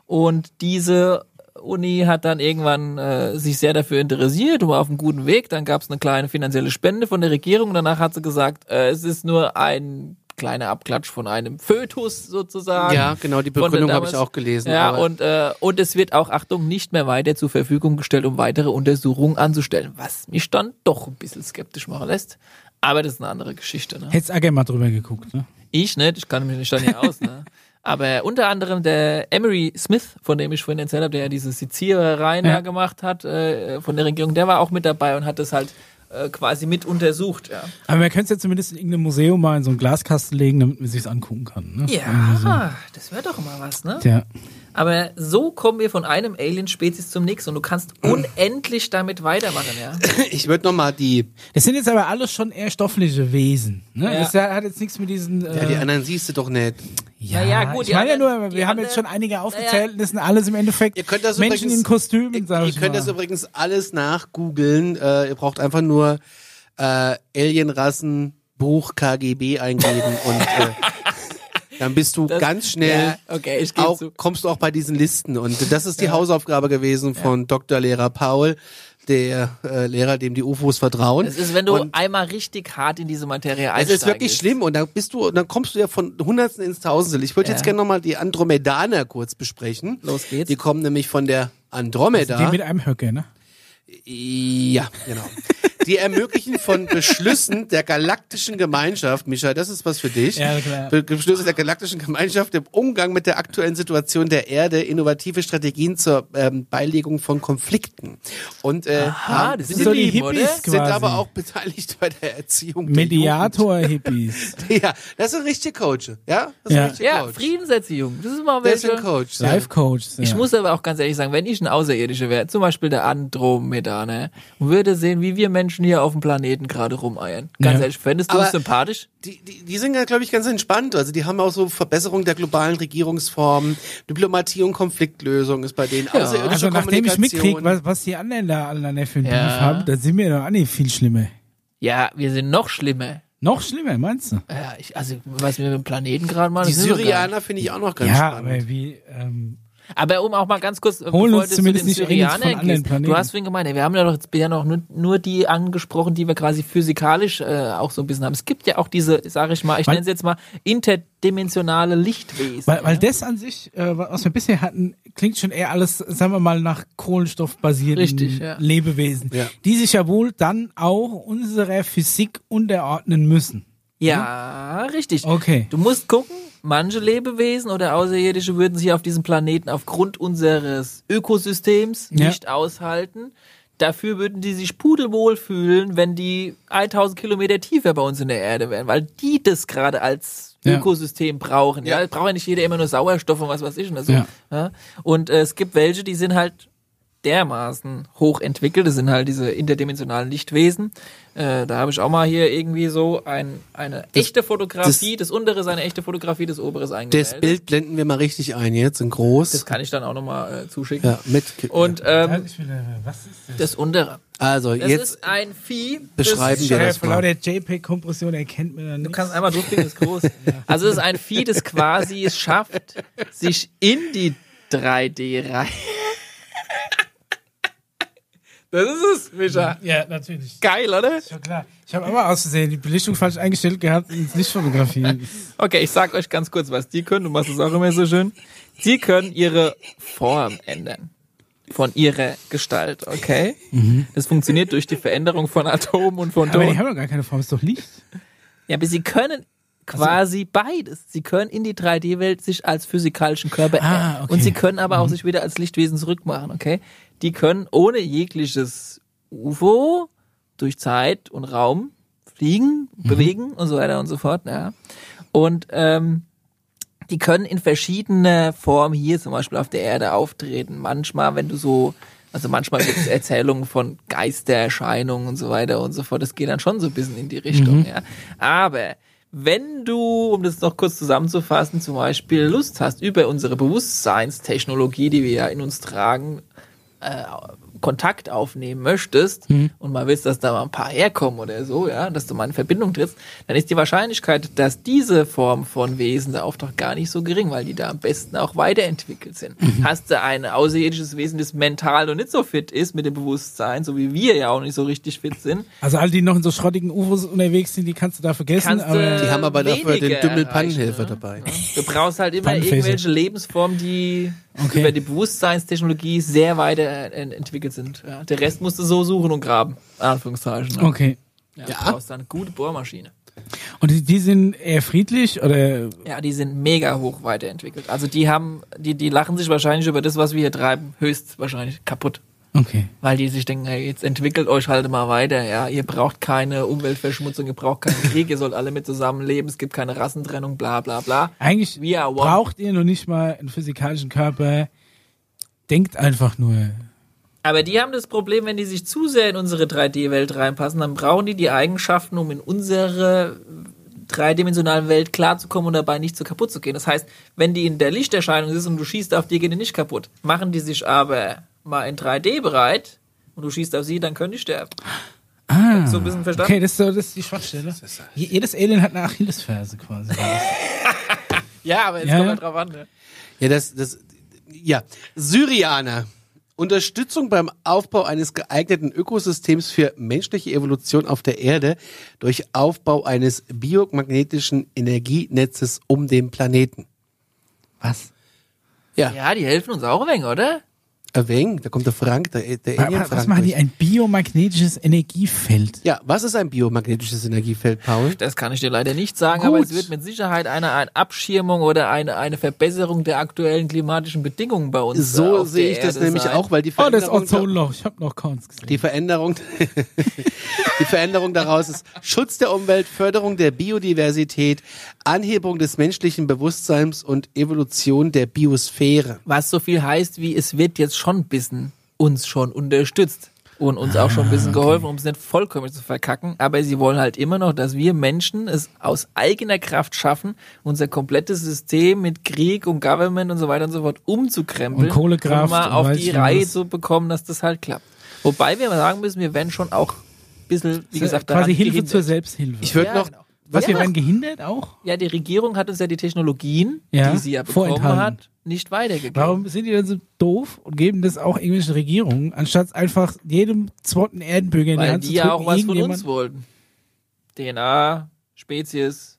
Speaker 2: Und diese Uni hat dann irgendwann äh, sich sehr dafür interessiert und war auf einem guten Weg. Dann gab es eine kleine finanzielle Spende von der Regierung. Und danach hat sie gesagt, äh, es ist nur ein kleiner Abklatsch von einem Fötus sozusagen.
Speaker 1: ja, genau, die
Speaker 2: Von der
Speaker 1: Begründung habe
Speaker 2: damals-
Speaker 1: ich auch gelesen.
Speaker 2: Ja,
Speaker 1: aber-
Speaker 2: und, äh, und es wird auch, Achtung, nicht mehr weiter zur Verfügung gestellt, um weitere Untersuchungen anzustellen, was mich dann doch ein bisschen skeptisch machen lässt. Aber das ist eine andere Geschichte. Ne?
Speaker 3: Hättest du auch gerne mal drüber geguckt. Ne?
Speaker 2: Ich nicht, ich kann mich nicht dann hier aus. Ne? Aber unter anderem der Emery Smith, von dem ich vorhin erzählt habe, der ja diese Siziereien
Speaker 3: Ja.
Speaker 2: da gemacht hat äh, von der Regierung, der war auch mit dabei und hat das halt äh, quasi mit untersucht. Ja,
Speaker 3: Aber man könnte es ja zumindest in irgendeinem Museum mal in so einen Glaskasten legen, damit man sich's angucken kann. Ne?
Speaker 2: ja das wäre doch mal was, ne?
Speaker 3: Tja.
Speaker 2: Aber so kommen wir von einem Alien-Spezies zum nächsten und du kannst unendlich damit weitermachen, ja.
Speaker 1: ich würde nochmal die,
Speaker 3: Das sind jetzt aber alles schon eher stoffliche Wesen. Ne?
Speaker 2: Ja.
Speaker 3: Das hat jetzt nichts mit diesen. Äh,
Speaker 1: ja, die anderen siehst du doch nicht.
Speaker 3: ja,
Speaker 2: Na ja, gut, die
Speaker 3: Ich meine ja
Speaker 2: anderen-
Speaker 3: nur,
Speaker 2: die
Speaker 3: wir haben jetzt
Speaker 2: anderen-
Speaker 3: schon einige aufgezählt. und Das sind alles im Endeffekt
Speaker 1: Ihr könnt das
Speaker 3: Menschen
Speaker 1: übrigens,
Speaker 3: in Kostümen.
Speaker 1: Ihr,
Speaker 3: Sag
Speaker 1: ihr
Speaker 3: ich
Speaker 1: könnt
Speaker 3: mal.
Speaker 1: das übrigens alles nachgoogeln. Äh, ihr braucht einfach nur äh, Alienrassen Buch KGB eingeben und äh, dann bist du ganz schnell.
Speaker 2: Ja, okay, ich geh
Speaker 1: auch,
Speaker 2: zu.
Speaker 1: kommst du auch bei diesen Listen und das ist die Hausaufgabe gewesen von Dr. Lehrer Paul, der äh, Lehrer, dem die UFOs vertrauen.
Speaker 2: Es ist, wenn du
Speaker 1: Und
Speaker 2: einmal richtig hart in diese Materie
Speaker 1: es
Speaker 2: einsteigst.
Speaker 1: ist wirklich schlimm und dann bist du, dann kommst du ja von Hundertsten ins Tausendstel. Ich würde
Speaker 2: Ja.
Speaker 1: jetzt gerne nochmal die Andromedaner kurz besprechen.
Speaker 2: Los geht's.
Speaker 1: Die kommen nämlich von der Andromeda.
Speaker 3: Die mit einem Höcker, ne?
Speaker 1: Ja, genau. Die ermöglichen von Beschlüssen der galaktischen Gemeinschaft, Micha, das ist was für dich.
Speaker 3: Ja, klar.
Speaker 1: Be- Beschlüsse der galaktischen Gemeinschaft im Umgang mit der aktuellen Situation der Erde, innovative Strategien zur ähm, Beilegung von Konflikten. Und äh,
Speaker 2: Ah,
Speaker 1: haben-
Speaker 2: das
Speaker 1: sind,
Speaker 2: sind
Speaker 3: so
Speaker 2: die
Speaker 3: die
Speaker 2: Lieben, oder?
Speaker 3: Hippies.
Speaker 1: sind
Speaker 3: quasi.
Speaker 1: aber auch beteiligt bei der Erziehung. der
Speaker 3: Mediator-Hippies.
Speaker 1: Jugend. Ja, das sind richtige Coaches. Ja, das sind
Speaker 3: Ja.
Speaker 1: richtige
Speaker 2: Ja,
Speaker 1: Coach.
Speaker 2: Friedenserziehung. um. Das ist mal
Speaker 1: Das sind
Speaker 2: welche.
Speaker 1: Coach. ja.
Speaker 3: Life-Coach. Ja.
Speaker 2: Ich muss aber auch ganz ehrlich sagen, wenn ich ein Außerirdischer wäre, zum Beispiel der Andromeda, ne, und würde sehen, wie wir Menschen hier auf dem Planeten gerade rumeiern. Ganz
Speaker 3: Ja.
Speaker 2: ehrlich, fändest du
Speaker 1: Aber-
Speaker 2: es sympathisch?
Speaker 1: die, die, die sind ja, glaube ich, ganz entspannt. Also die haben auch so Verbesserung der globalen Regierungsformen, Diplomatie und Konfliktlösung ist bei denen ja. außerirdische
Speaker 3: also nachdem ich
Speaker 1: Kommunikation.
Speaker 3: mitkriege, was, was die anderen da alle an der für einen
Speaker 2: Ja.
Speaker 3: Brief haben, dann sind wir doch auch nicht viel schlimmer.
Speaker 2: Ja, wir sind noch schlimmer.
Speaker 3: Noch schlimmer, meinst du?
Speaker 2: Ja, ich, also, was wir mit dem Planeten gerade machen,
Speaker 1: die
Speaker 2: das wissen wir gar
Speaker 1: Syrianer finde ich auch noch ganz
Speaker 3: Ja,
Speaker 1: spannend.
Speaker 3: aber wie, ähm,
Speaker 2: Aber um auch mal ganz kurz, äh,
Speaker 3: Holen
Speaker 2: bevor du
Speaker 3: uns
Speaker 2: zu
Speaker 3: zumindest
Speaker 2: den
Speaker 3: nicht Aliens von
Speaker 2: Syrianern
Speaker 3: anderen
Speaker 2: gehst, du
Speaker 3: Planeten.
Speaker 2: hast vorhin gemeint, ja, wir haben ja doch jetzt bisher noch nur, nur die angesprochen, die wir quasi physikalisch äh, auch so ein bisschen haben. Es gibt ja auch diese, sage ich mal, ich
Speaker 3: Weil-
Speaker 2: nenne es jetzt mal interdimensionale Lichtwesen.
Speaker 3: weil, weil das an sich, äh, was wir bisher hatten, klingt schon eher alles, sagen wir mal, nach kohlenstoffbasierten
Speaker 2: Richtig, ja.
Speaker 3: Lebewesen,
Speaker 1: Ja.
Speaker 3: die sich ja wohl dann auch unserer Physik unterordnen müssen.
Speaker 2: Ja, richtig.
Speaker 3: Okay.
Speaker 2: Du musst gucken, manche Lebewesen oder Außerirdische würden sich auf diesem Planeten aufgrund unseres Ökosystems
Speaker 3: Ja.
Speaker 2: nicht aushalten. Dafür würden die sich pudelwohl fühlen, wenn die 1000 Kilometer tiefer bei uns in der Erde wären, weil die das gerade als
Speaker 3: Ja.
Speaker 2: Ökosystem brauchen. Ja,
Speaker 1: Ja.
Speaker 2: es braucht ja nicht jeder immer nur Sauerstoff und was weiß ich. Und, so.
Speaker 3: Ja.
Speaker 2: Ja? und äh, es gibt welche, die sind halt dermaßen hoch entwickelt. Das sind halt diese interdimensionalen Lichtwesen. Äh, da habe ich auch mal hier irgendwie so ein, eine echte Fotografie, das, untere ist eine echte Fotografie, das obere ist eingemeldet.
Speaker 1: Das Bild blenden wir mal richtig ein jetzt in
Speaker 2: Das
Speaker 1: groß.
Speaker 2: kann ich dann auch nochmal äh, zuschicken.
Speaker 1: Ja, mit.
Speaker 2: Und ähm,
Speaker 3: äh, was ist das?
Speaker 2: das untere.
Speaker 1: also
Speaker 2: Das
Speaker 1: jetzt
Speaker 2: ist ein Vieh.
Speaker 1: beschreiben
Speaker 2: das
Speaker 1: wir
Speaker 3: Ja,
Speaker 1: das
Speaker 3: Äh, vor
Speaker 1: mal.
Speaker 3: lauter JPEG-Kompression erkennt man dann
Speaker 2: Du
Speaker 3: nicht.
Speaker 2: kannst einmal durchklicken, ist groß. Also es ist ein Vieh, das quasi es schafft, sich in die 3D-Reihe. Das ist es, Micha.
Speaker 3: Ja, natürlich.
Speaker 2: Geil, oder?
Speaker 3: Schon klar. Ich habe immer aus Versehen die Belichtung falsch eingestellt gehabt und ins Licht fotografiert.
Speaker 2: Okay, ich sag euch ganz kurz, was die können. Du machst es auch immer so schön. Sie können ihre Form ändern. Von ihrer Gestalt, okay? Das funktioniert durch die Veränderung von Atomen und von
Speaker 3: Aber die
Speaker 2: Ton.
Speaker 3: haben doch gar keine Form, ist doch Licht.
Speaker 2: Ja, aber sie können quasi beides. Sie können in die 3D-Welt sich als physikalischen Körper ändern.
Speaker 3: okay.
Speaker 2: Und sie können aber auch sich wieder als Lichtwesen zurückmachen, okay? Die können ohne jegliches UFO durch Zeit und Raum fliegen, bewegen und so weiter und so fort, ja. Und ähm, die können in verschiedener Form hier zum Beispiel auf der Erde auftreten. Manchmal, wenn du so, also manchmal gibt es Erzählungen von Geistererscheinungen und so weiter und so fort. Das geht dann schon so ein bisschen in die Richtung, ja. Aber wenn du, um das noch kurz zusammenzufassen, zum Beispiel Lust hast, über unsere Bewusstseinstechnologie, die wir ja in uns tragen, Kontakt aufnehmen möchtest
Speaker 3: Mhm.
Speaker 2: und mal willst, dass da mal ein paar herkommen oder so, ja, dass du mal in Verbindung trittst, dann ist die Wahrscheinlichkeit, dass diese Form von Wesen der Auftrag gar nicht so gering, weil die da am besten auch weiterentwickelt sind.
Speaker 3: Mhm.
Speaker 2: Hast du ein außerirdisches Wesen, das mental noch nicht so fit ist mit dem Bewusstsein, so wie wir ja auch nicht so richtig fit sind,
Speaker 3: Also all die noch in so schrottigen UFOs unterwegs sind, die kannst du da vergessen.
Speaker 2: kannst
Speaker 3: aber
Speaker 2: du
Speaker 1: Die haben aber dafür
Speaker 2: weniger
Speaker 1: den Dümmel
Speaker 2: erreichen,
Speaker 1: Pannenhelfer
Speaker 2: ne?
Speaker 1: dabei.
Speaker 2: Ja. Du brauchst halt immer
Speaker 3: Pannenfächer.
Speaker 2: irgendwelche Lebensformen, die
Speaker 3: Okay.
Speaker 2: über die Bewusstseinstechnologie sehr weiterentwickelt sind. Ja. Der Rest musst du so suchen und graben. in Anführungszeichen. ne?
Speaker 3: okay.
Speaker 2: Ja,
Speaker 1: Ja.
Speaker 2: Du brauchst dann eine gute Bohrmaschine.
Speaker 3: Und die, die sind eher friedlich oder
Speaker 2: Ja, die sind mega hoch weiterentwickelt. Also die haben, die, die lachen sich wahrscheinlich über das, was wir hier treiben, höchstwahrscheinlich kaputt.
Speaker 3: okay.
Speaker 2: Weil die sich denken, hey, jetzt entwickelt euch halt mal weiter, ja. Ihr braucht keine Umweltverschmutzung, ihr braucht keinen Krieg, ihr sollt alle mit zusammenleben, es gibt keine Rassentrennung, bla bla bla.
Speaker 3: Eigentlich
Speaker 2: We are one.
Speaker 3: braucht ihr noch nicht mal einen physikalischen Körper. Denkt einfach nur.
Speaker 2: Aber die haben das Problem, wenn die sich zu sehr in unsere 3D-Welt reinpassen, dann brauchen die die Eigenschaften, um in unsere dreidimensionalen Welt klarzukommen und dabei nicht so kaputt zu gehen. Das heißt, wenn die in der Lichterscheinung ist und du schießt auf die, gehen die nicht kaputt. Machen die sich aber mal in 3D bereit und du schießt auf sie, dann können die sterben.
Speaker 3: Ah,
Speaker 2: So ein bisschen verstanden?
Speaker 3: okay, das ist, so, das ist die Schwachstelle. Je- Jedes Alien hat eine Achillesferse quasi.
Speaker 2: Ja, aber jetzt
Speaker 3: Ja,
Speaker 2: kommt
Speaker 3: ja.
Speaker 2: halt drauf an. Ne?
Speaker 1: Ja, das, das, ja. Syrianer. Unterstützung beim Aufbau eines geeigneten Ökosystems für menschliche Evolution auf der Erde durch Aufbau eines biomagnetischen Energienetzes um den Planeten.
Speaker 3: Was?
Speaker 2: Ja, die helfen uns auch ein wenig, oder?
Speaker 1: Erwägen, da kommt der Frank, der, der
Speaker 3: Was, was
Speaker 1: Alien-Frank
Speaker 3: machen die?
Speaker 1: durch.
Speaker 3: Ein biomagnetisches Energiefeld.
Speaker 1: Ja, was ist ein biomagnetisches Energiefeld, Paul?
Speaker 2: Das kann ich dir leider nicht sagen,
Speaker 3: Gut.
Speaker 2: aber es wird mit Sicherheit eine, eine Abschirmung oder eine, eine Verbesserung der aktuellen klimatischen Bedingungen bei uns. äh,
Speaker 1: So
Speaker 2: auf
Speaker 1: sehe
Speaker 2: der
Speaker 1: ich das
Speaker 2: Erde
Speaker 1: nämlich
Speaker 2: sein.
Speaker 1: auch, weil die
Speaker 3: Oh, das
Speaker 1: Veränderung-
Speaker 3: Ozonloch. Ich habe noch keins gesehen.
Speaker 1: Die Veränderung, die Veränderung daraus ist Schutz der Umwelt, Förderung der Biodiversität, Anhebung des menschlichen Bewusstseins und Evolution der Biosphäre.
Speaker 2: Was so viel heißt, wie es wird jetzt schon ein bisschen uns schon unterstützt und uns auch schon ein
Speaker 3: Ah,
Speaker 2: bisschen geholfen, um es nicht vollkommen zu verkacken. Aber sie wollen halt immer noch, dass wir Menschen es aus eigener Kraft schaffen, unser komplettes System mit Krieg und Government und so weiter und so fort umzukrempeln.
Speaker 3: Und Kohlekraft
Speaker 2: Um mal
Speaker 3: und
Speaker 2: auf
Speaker 3: weiß
Speaker 2: die
Speaker 3: ich noch
Speaker 2: Reihe
Speaker 3: was.
Speaker 2: zu bekommen, dass das halt klappt. Wobei wir mal sagen müssen, wir werden schon auch ein bisschen, wie gesagt, daran
Speaker 3: quasi Hilfe
Speaker 2: gehindert.
Speaker 3: zur Selbsthilfe.
Speaker 1: Ich würde
Speaker 2: Ja,
Speaker 1: noch,
Speaker 2: genau.
Speaker 3: was,
Speaker 1: was
Speaker 3: wir werden gehindert auch?
Speaker 2: Ja, die Regierung hat uns ja die Technologien,
Speaker 3: Ja,
Speaker 2: die sie ja bekommen
Speaker 3: vorenthalten.
Speaker 2: hat, nicht weitergegeben.
Speaker 3: Warum sind die denn so doof und geben das auch irgendwelchen Regierungen, anstatt einfach jedem zweiten Erdenbürger in die
Speaker 2: Weil
Speaker 3: Hand
Speaker 2: die
Speaker 3: zu
Speaker 2: ja
Speaker 3: drücken,
Speaker 2: auch was von
Speaker 3: irgendjemand-
Speaker 2: uns wollten. DNA, Spezies.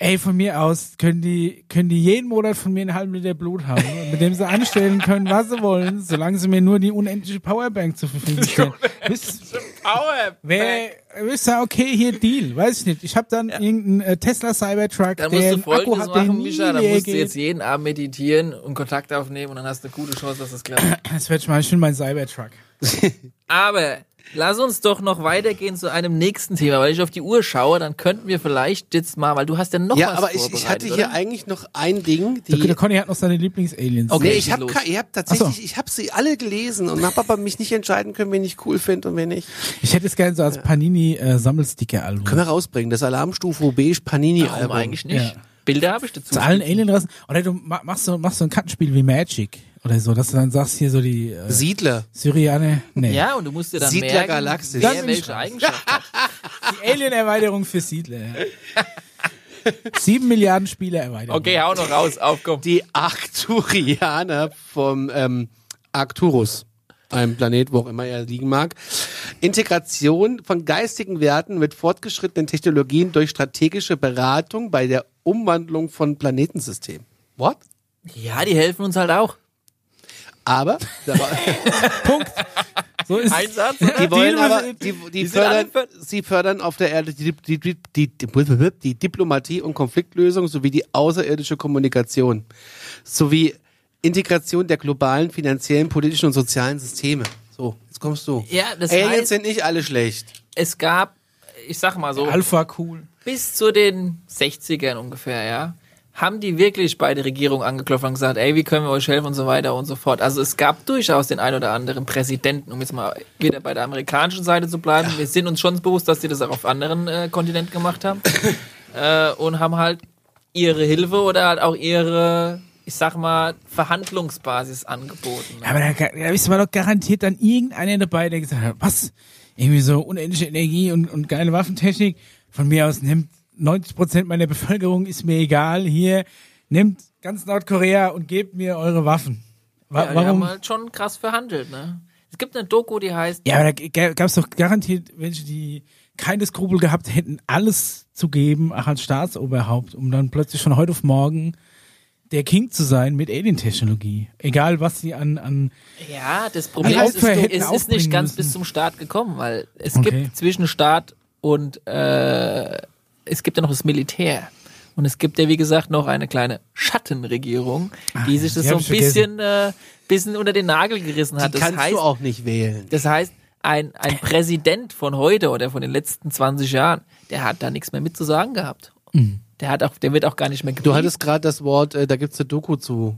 Speaker 3: Ey, von mir aus können die, können die jeden Monat von mir einen halben Liter Blut haben, mit dem sie anstellen können, was sie wollen, solange sie mir nur die unendliche Powerbank zur Verfügung stellen. Wisst-
Speaker 2: Power!
Speaker 3: Wer ist ja okay, hier Deal, weiß ich nicht. Ich habe dann irgendeinen äh, Tesla Cybertruck,
Speaker 2: Dann musst
Speaker 3: der
Speaker 2: du
Speaker 3: einen Akku
Speaker 2: folgendes
Speaker 3: hat, der
Speaker 2: machen,
Speaker 3: nie
Speaker 2: Mischa. Dann
Speaker 3: leer
Speaker 2: musst du
Speaker 3: geht.
Speaker 2: jetzt jeden Abend meditieren und Kontakt aufnehmen und dann hast du eine gute Chance, dass das klappt.
Speaker 3: Das wird schon mal schön mein Cybertruck.
Speaker 2: Aber lass uns doch noch weitergehen zu einem nächsten Thema. Weil ich auf die Uhr schaue, dann könnten wir vielleicht jetzt mal, weil du hast ja noch
Speaker 1: Ja,
Speaker 2: was
Speaker 1: aber ich, ich
Speaker 2: vorbereitet,
Speaker 1: hatte
Speaker 2: oder?
Speaker 1: hier eigentlich noch ein Ding,
Speaker 3: Der,
Speaker 1: die
Speaker 3: der Conny hat noch seine Lieblings-Aliens.
Speaker 2: Okay.
Speaker 1: Nee,
Speaker 2: Schieß
Speaker 1: ich habe
Speaker 2: los.
Speaker 1: ich hab tatsächlich,
Speaker 3: Ach so.
Speaker 1: ich habe sie alle gelesen und habe aber mich nicht entscheiden können, wen ich cool finde und wen nicht.
Speaker 3: Ich hätte es gerne so als äh, Panini-Sammelsticker-Album.
Speaker 1: Können wir rausbringen, das Alarmstufe Beige Panini
Speaker 2: Warum
Speaker 1: Album.
Speaker 2: eigentlich nicht?
Speaker 3: Ja.
Speaker 2: Bilder habe ich dazu.
Speaker 3: Zu allen Alienrassen. Oder du ma- machst so, machst so ein Kartenspiel wie Magic oder so, dass du dann sagst, hier so die äh,
Speaker 1: Siedler.
Speaker 3: Syrianer. Nee.
Speaker 2: Ja, und du musst dir dann
Speaker 1: Siedler
Speaker 2: merken,
Speaker 1: Galaxis.
Speaker 2: wer
Speaker 3: Das bin ich
Speaker 2: welche
Speaker 3: raus.
Speaker 2: Eigenschaft hat.
Speaker 3: Die Alien-Erweiterung für Siedler. ja. Sieben Milliarden Spieler erweitert.
Speaker 2: Okay, hau noch raus, aufkomm.
Speaker 1: Die Arcturianer vom ähm, Arcturus, einem Planet, wo auch immer er liegen mag. Integration von geistigen Werten mit fortgeschrittenen Technologien durch strategische Beratung bei der Umwandlung von Planetensystemen. What?
Speaker 2: Ja, die helfen uns halt auch.
Speaker 1: Aber
Speaker 3: Punkt. So ist es.
Speaker 2: Einsatz. oder?
Speaker 1: die wollen
Speaker 3: Deal with
Speaker 1: aber,
Speaker 3: it.
Speaker 1: die, die,
Speaker 2: sind
Speaker 1: fördern,
Speaker 2: alle
Speaker 1: sie fördern auf der Erde die, die, die, die, die, die Diplomatie und Konfliktlösung sowie die außerirdische Kommunikation sowie Integration der globalen finanziellen, politischen und sozialen Systeme. So, jetzt kommst du.
Speaker 2: Ja, das
Speaker 1: Aliens
Speaker 2: heißt-
Speaker 1: sind nicht alle schlecht.
Speaker 2: Es gab, ich sag mal so,
Speaker 3: Alpha cool.
Speaker 2: bis zu den 60ern ungefähr, ja, haben die wirklich bei der Regierung angeklopft und gesagt, ey, wie können wir euch helfen und so weiter und so fort. Also es gab durchaus den einen oder anderen Präsidenten, um jetzt mal wieder bei der amerikanischen Seite zu bleiben. Wir sind uns schon bewusst, dass die das auch auf anderen äh, Kontinenten gemacht haben äh, und haben halt ihre Hilfe oder halt auch ihre, ich sag mal, Verhandlungsbasis angeboten.
Speaker 3: Aber da, ga- da ist aber doch garantiert dann irgendeiner dabei, der gesagt hat, was? Irgendwie so unendliche Energie und, und geile Waffentechnik. Von mir aus nimmt 90 Prozent meiner Bevölkerung, ist mir egal. Hier, nimmt ganz Nordkorea und gebt mir eure Waffen. Wa
Speaker 2: Ja, die
Speaker 3: warum?
Speaker 2: haben halt schon krass verhandelt, ne? Es gibt eine Doku, die heißt
Speaker 3: Ja, aber da gab es doch garantiert welche, die keine Skrupel gehabt hätten, alles zu geben, auch als Staatsoberhaupt, um dann plötzlich von heute auf morgen der King zu sein mit Alien-Technologie. Egal, was sie an, an
Speaker 2: Ja, das Problem
Speaker 3: Opfer
Speaker 2: ist, es
Speaker 3: hätten
Speaker 2: ist, ist nicht
Speaker 3: aufbringen
Speaker 2: ganz
Speaker 3: müssen.
Speaker 2: bis zum Start gekommen, weil es
Speaker 3: Okay.
Speaker 2: gibt zwischen Staat und äh, es gibt ja noch das Militär. Und es gibt ja, wie gesagt, noch eine kleine Schattenregierung, die sich das
Speaker 3: Ah, die
Speaker 2: so
Speaker 3: hab
Speaker 2: ein
Speaker 3: ich vergessen.
Speaker 2: bisschen, äh, bisschen unter den Nagel gerissen
Speaker 1: Die
Speaker 2: hat. Das
Speaker 1: kannst
Speaker 2: heißt,
Speaker 1: du auch nicht wählen.
Speaker 2: das heißt, ein, ein Präsident von heute oder von den letzten 20 Jahren, der hat da nichts mehr mitzusagen gehabt.
Speaker 3: Mhm.
Speaker 2: Der hat auch, der wird auch gar nicht mehr gebrieft.
Speaker 1: Du hattest gerade das Wort, äh, da gibt's eine Doku zu.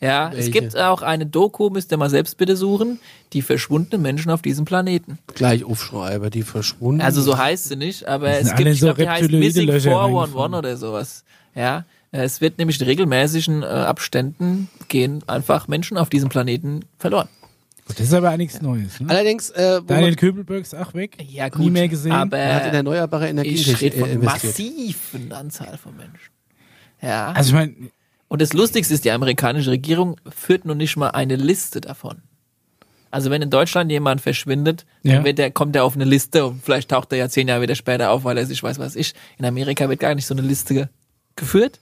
Speaker 2: Ja, es
Speaker 1: Welche?
Speaker 2: gibt auch eine Doku, müsst ihr mal selbst bitte suchen, die verschwundenen Menschen auf diesem Planeten.
Speaker 1: Gleich aufschreiben, die verschwunden.
Speaker 2: Also so heißt sie nicht, aber es
Speaker 3: Hm. sind
Speaker 2: gibt,
Speaker 3: alle
Speaker 2: ich
Speaker 3: so
Speaker 2: glaube, die heißt
Speaker 3: reptiloide
Speaker 2: Missing
Speaker 3: Löcher
Speaker 2: 411
Speaker 3: reingefallen.
Speaker 2: oder sowas. Ja, äh, es wird nämlich in regelmäßigen äh, Abständen gehen einfach Menschen auf diesem Planeten verloren.
Speaker 3: Gut, das ist aber nichts Neues. Ne?
Speaker 1: Allerdings, äh, wo
Speaker 3: Daniel
Speaker 1: man
Speaker 3: Köbelberg ist auch weg.
Speaker 2: Also, Ja, gut,
Speaker 3: Nie mehr gesehen.
Speaker 1: man hat in
Speaker 2: aber
Speaker 1: erneuerbare Energien
Speaker 2: Äh, ich rede
Speaker 1: äh,
Speaker 2: von
Speaker 1: investiert.
Speaker 2: massiven Anzahl von Menschen. Ja.
Speaker 3: also ich meine,
Speaker 2: Und das Lustigste ist, die amerikanische Regierung führt noch nicht mal eine Liste davon. Also wenn in Deutschland jemand verschwindet, dann
Speaker 3: Ja.
Speaker 2: wird der, kommt er auf eine Liste und vielleicht taucht er ja zehn Jahre wieder später auf, weil er sich weiß, was ich. In Amerika wird gar nicht so eine Liste ge- geführt.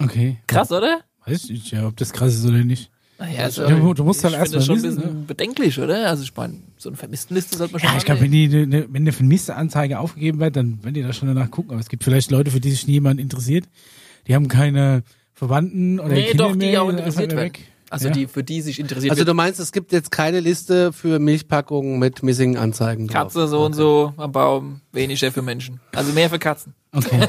Speaker 3: okay.
Speaker 2: Krass, oder?
Speaker 3: Weiß ich nicht, ja, ob das krass ist oder nicht.
Speaker 2: Naja, also,
Speaker 3: Ja, du- du musst halt
Speaker 2: ich
Speaker 3: erst
Speaker 2: finde das
Speaker 3: mal
Speaker 2: schon ein
Speaker 3: wissen,
Speaker 2: bisschen bedenklich, oder? Also ich meine, so eine Vermisstenliste sollte man schon
Speaker 3: Ja,
Speaker 2: mal
Speaker 3: ich glaube,
Speaker 2: haben.
Speaker 3: wenn, die- die- die- wenn eine Vermisste-Anzeige aufgegeben wird, dann werden die da schon danach gucken. Aber es gibt vielleicht Leute, für die sich niemand interessiert. Die haben keine Verwandten oder
Speaker 2: Nee,
Speaker 3: Kinder
Speaker 2: doch,
Speaker 3: mehr.
Speaker 2: die auch
Speaker 3: sind einfach
Speaker 2: interessiert
Speaker 3: mehr
Speaker 2: werden.
Speaker 3: weg.
Speaker 2: Also
Speaker 3: Ja.
Speaker 2: die, für die sich interessiert
Speaker 1: Also
Speaker 2: wird,
Speaker 1: du meinst, es gibt jetzt keine Liste für Milchpackungen mit missing Anzeigen drauf.
Speaker 2: Katze so und so am Baum, weniger für Menschen. Also mehr für Katzen.
Speaker 3: Okay.